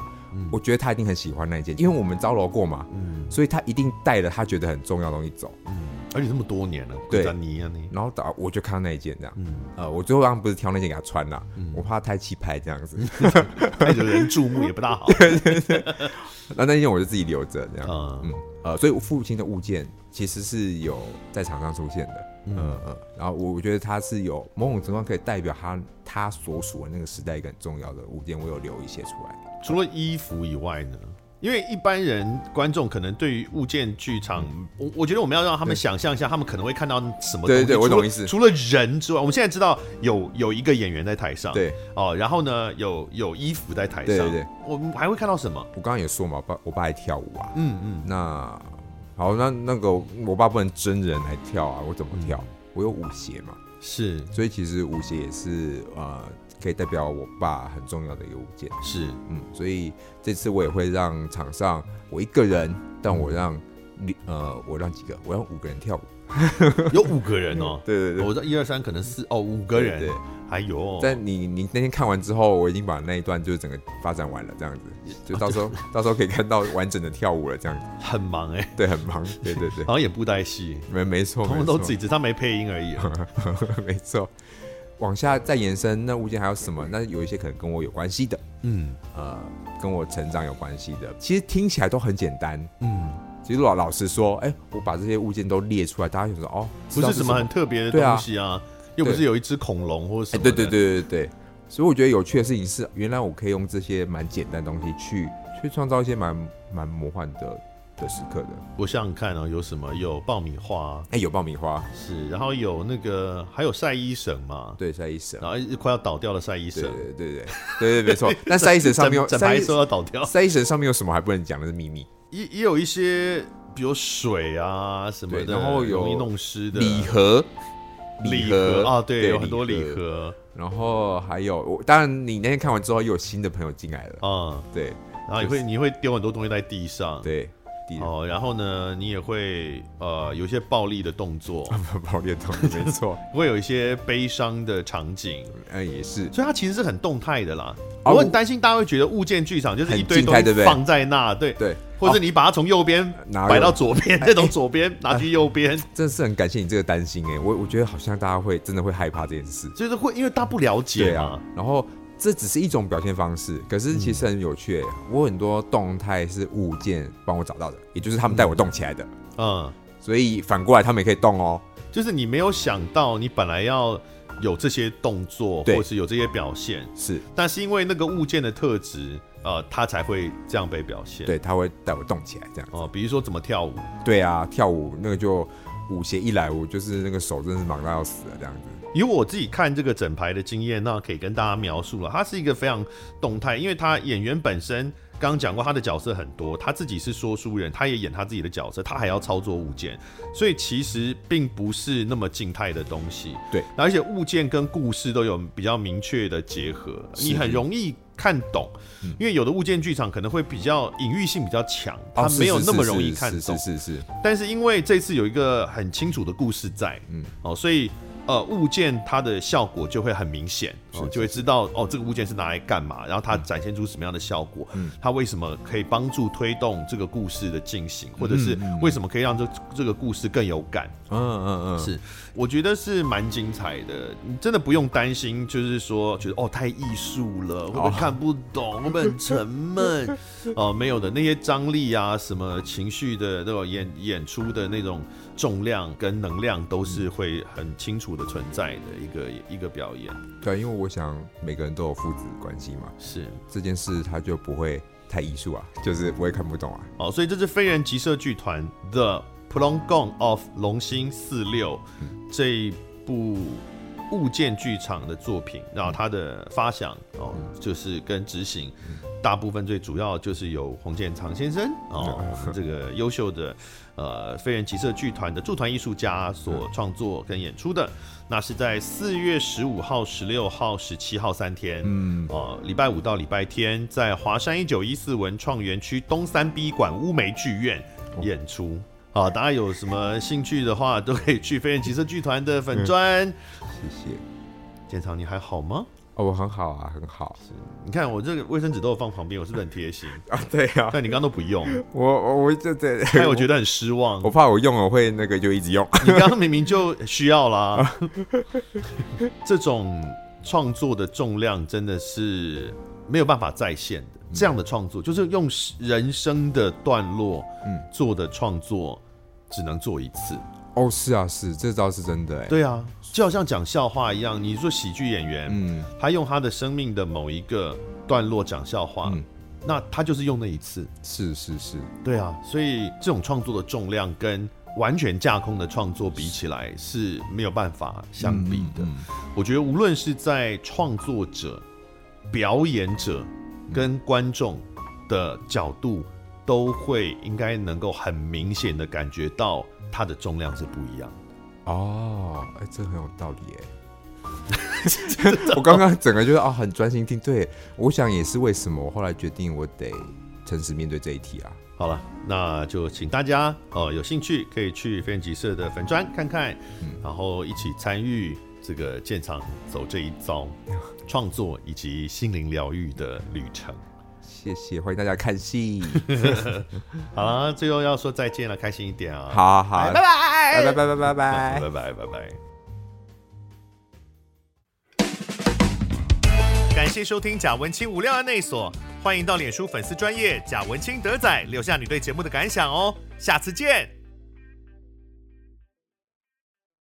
B: 我觉得他一定很喜欢那一件，因为我们招楼过嘛，
A: 嗯
B: 所以他一定带了他觉得很重要的东西走。
A: 嗯，而且这么多年了，
B: 对
A: 詹妮啊你，
B: 然后打我就看到那一件这样，
A: 嗯，
B: 呃，我最后当然不是挑那件给他穿啦，我怕他太气派这样 子，
A: 带着人注目也不大 好，
B: 那那件我就自己留着这样。
A: 嗯
B: 嗯，呃，所以我父亲的物件其实是有在场上出现的，嗯嗯然后我我觉得他是有某种情况可以代表他他所属的那个时代一个很重要的物件，我有留一些出来。
A: 除了衣服以外呢？因为一般人观众可能对于物件剧场，我我觉得我们要让他们
B: 嗯对
A: 想象一下，他们可能会看到什么东西。
B: 对对对我
A: 除了
B: 懂意思
A: 除了人之外，我们现在知道有有一个演员在台上，
B: 对
A: 哦，然后呢有有衣服在台上，
B: 对对对，
A: 我们还会看到什么？
B: 我刚刚也说嘛，我爸我爸爱跳舞啊，
A: 嗯嗯，
B: 那好，那那个我爸不能真人来跳啊，我怎么跳？
A: 嗯
B: 我有舞鞋嘛，
A: 是
B: 所以其实舞鞋也是呃可以代表我爸很重要的一个物件。
A: 是，
B: 嗯，所以这次我也会让场上我一个人，但我让你呃，我让几个，我让五个人跳舞。
A: 有五个人哦，
B: 对
A: 我知道一二三可能四哦五个人，
B: 对对
A: 哎呦，
B: 但你你那天看完之后，我已经把那一段就是整个发展完了，这样子，就到时候、到时候可以看到完整的跳舞了，这样子。
A: 很忙哎、
B: 对，很忙，对对对
A: 好，像也不带戏，
B: 没没错，
A: 通
B: 没
A: 通
B: 错
A: 都自己，只是他没配音而 已。啊
B: 没错。往下再延伸，那物件还有什么？那有一些可能跟我有关系的，
A: 嗯
B: 呃，跟我成长有关系的，其实听起来都很简单。
A: 嗯，
B: 其实老老实说，哎、我把这些物件都列出来，大家想说哦，知
A: 不
B: 道
A: 是
B: 是
A: 什么很特别的东西啊，又不是有一只恐龙或者什
B: 哎，
A: 么、
B: 对对，对对对，所以我觉得有趣的事情是，原来我可以用这些蛮简单的东西去去创造一些蛮蛮魔幻的的时刻的。
A: 我想想看哦，有什么？有爆米花
B: 哎，有爆米花，
A: 是，然后有那个还有晒衣绳嘛，
B: 对，晒衣绳，
A: 然后一快要倒掉的晒衣
B: 对
A: 绳
B: 对，对对对对对，没错。但晒衣绳上面有
A: 整整
B: 晒
A: 排
B: 衣
A: 说要倒掉，
B: 晒衣绳上面有什么还不能讲的是秘密？
A: 也也有一些比如水啊什么的，
B: 对然后有
A: 容易弄湿的
B: 礼盒，
A: 啊礼盒啊，对，有很多
B: 礼
A: 礼。盒
B: 然后还有，我当然你那天看完之后，又有新的朋友进来了，
A: 啊，
B: 对
A: 然后你会你会丢很多东西在地上，
B: 对，第
A: 哦，然后呢，你也会呃有一些暴力的动作，
B: 爆裂洞，没错，
A: 会有一些悲伤的场景，
B: 哎，也是。
A: 所以它其实是很动态的啦。
B: 啊
A: 我
B: 我
A: 很担心大家会觉得物件剧场就是一
B: 很
A: 堆
B: 静
A: 东
B: 态
A: 西
B: 对不对
A: 放在那，对，
B: 对，哦
A: 或者你把它从右边
B: 哪有
A: 摆到左 边，再从左边拿去右边，
B: 真的是很感谢你这个担心哎、我我觉得好像大家会真的会害怕这件事，
A: 就是会因为大家不了解
B: 对啊
A: 嘛，。
B: 然后这只是一种表现方式，可是其实很有趣、欸，
A: 嗯
B: 我很多动态是物件帮我找到的，也就是他们带我动起来的，
A: 嗯，
B: 所以反过来他们也可以动哦。
A: 就是你没有想到你本来要有这些动作，
B: 对
A: 或是有这些表现，
B: 是，
A: 但是因为那个物件的特质，呃，它才会这样被表现。
B: 对，他会带我动起来这样。
A: 哦，比如说怎么跳舞，
B: 对啊，跳舞那个就舞鞋一来，我就是那个手真的是忙到要死了这样子。
A: 以我自己看这个整排的经验，那可以跟大家描述了，他是一个非常动态，因为他演员本身刚刚讲过，他的角色很多，他自己是说书人，他也演他自己的角色，他还要操作物件，所以其实并不是那么静态的东西。
B: 对，
A: 而且物件跟故事都有比较明确的结合，
B: 是嗯
A: 你很容易看懂，因为有的物件剧场可能会比较隐喻性比较强，它
B: 哦是
A: 没有
B: 是
A: 那么
B: 是
A: 容易
B: 是
A: 看
B: 是
A: 懂
B: 是。是是，
A: 但是因为这次有一个很清楚的故事在，嗯
B: 嗯，
A: 哦，所以呃，物件它的效果就会很明显，
B: 是
A: 哦，
B: 是
A: 就会知道哦，这个物件是拿来干嘛，然后它展现出什么样的效果，
B: 嗯
A: 它为什么可以帮助推动这个故事的进行，或者是为什么可以让这这个故事更有感，
B: 嗯嗯嗯，
A: 是，我觉得是蛮精彩的，你真的不用担心，就是说觉得哦太艺术了，会不会看不懂，会不会很沉闷？哦、没有的，那些张力啊，什么情绪的那种演演出的那种重量跟能量，都是会很清楚的存在的一个一个表演。
B: 对，因为我想每个人都有父子关系嘛，
C: 是
B: 这件事他就不会太艺术啊，就是不会看不懂啊。
A: 好，哦所以这是非人集社剧团的《Plongon of 龙星四六》这部物件剧场的作品，然后它的发想哦，就是跟执行，大部分最主要就是由洪建长先生哦，我 们这个优秀的呃非人集社剧团的驻团艺术家所创作跟演出的。那是在四月十五号、十六号、十七号三天，嗯，哦，礼拜五到礼拜天，在华山一九一四文创园区东三 B 馆乌梅剧院演出。好、大家有什么兴趣的话，都可以去飞燕骑车剧团的粉砖。
B: 谢谢。
A: 建长，你还好吗？
B: 哦，我很好啊，很好
A: 你看我这个卫生纸都有放旁边，我是不是很贴 心？
B: 啊，对啊，
A: 但你刚刚都不用，
B: 我我我这这，
A: 害我觉得很失望
B: 我。怕我用了会那个就一直用。
A: 你刚刚明明就需要 啦。这种创作的重量真的是没有办法再现的。这样的创作就是用人生的段落，嗯
B: 嗯，
A: 做的创作只能做一次。
B: 哦，是啊，是这招是真的哎、
A: 对啊，就好像讲笑话一样，你说喜剧演员，
B: 嗯，
A: 他用他的生命的某一个段落讲笑话，
B: 嗯
A: 那他就是用那一次。
B: 是是是，
A: 对啊，所以这种创作的重量跟完全架空的创作比起来是没有办法相比的。
B: 嗯
A: 我觉得无论是在创作者、表演者跟观众的角度，都会应该能够很明显的感觉到它的重量是不一样的。
B: 哦，哎、这很有道理 哎、我刚刚整个就是哦，很专心听。对，我想也是为什么我后来决定我得诚实面对这一题啊。
A: 好了，那就请大家呃有兴趣可以去飞人集社的粉砖看看，
B: 嗯
A: 然后一起参与这个建厂走这一遭创作以及心灵疗愈的旅程。
B: 谢谢，欢迎大家看 戏。
A: 好啦，最后要说再见了，开心一点啊！，
B: 嗯好好，拜拜，拜拜，拜
A: 拜
B: 拜，拜拜
A: 拜。拜拜拜。感谢收听贾文清无料案内所，欢迎到脸书粉丝专业贾文清德仔留下你对节目的感想哦，下次见。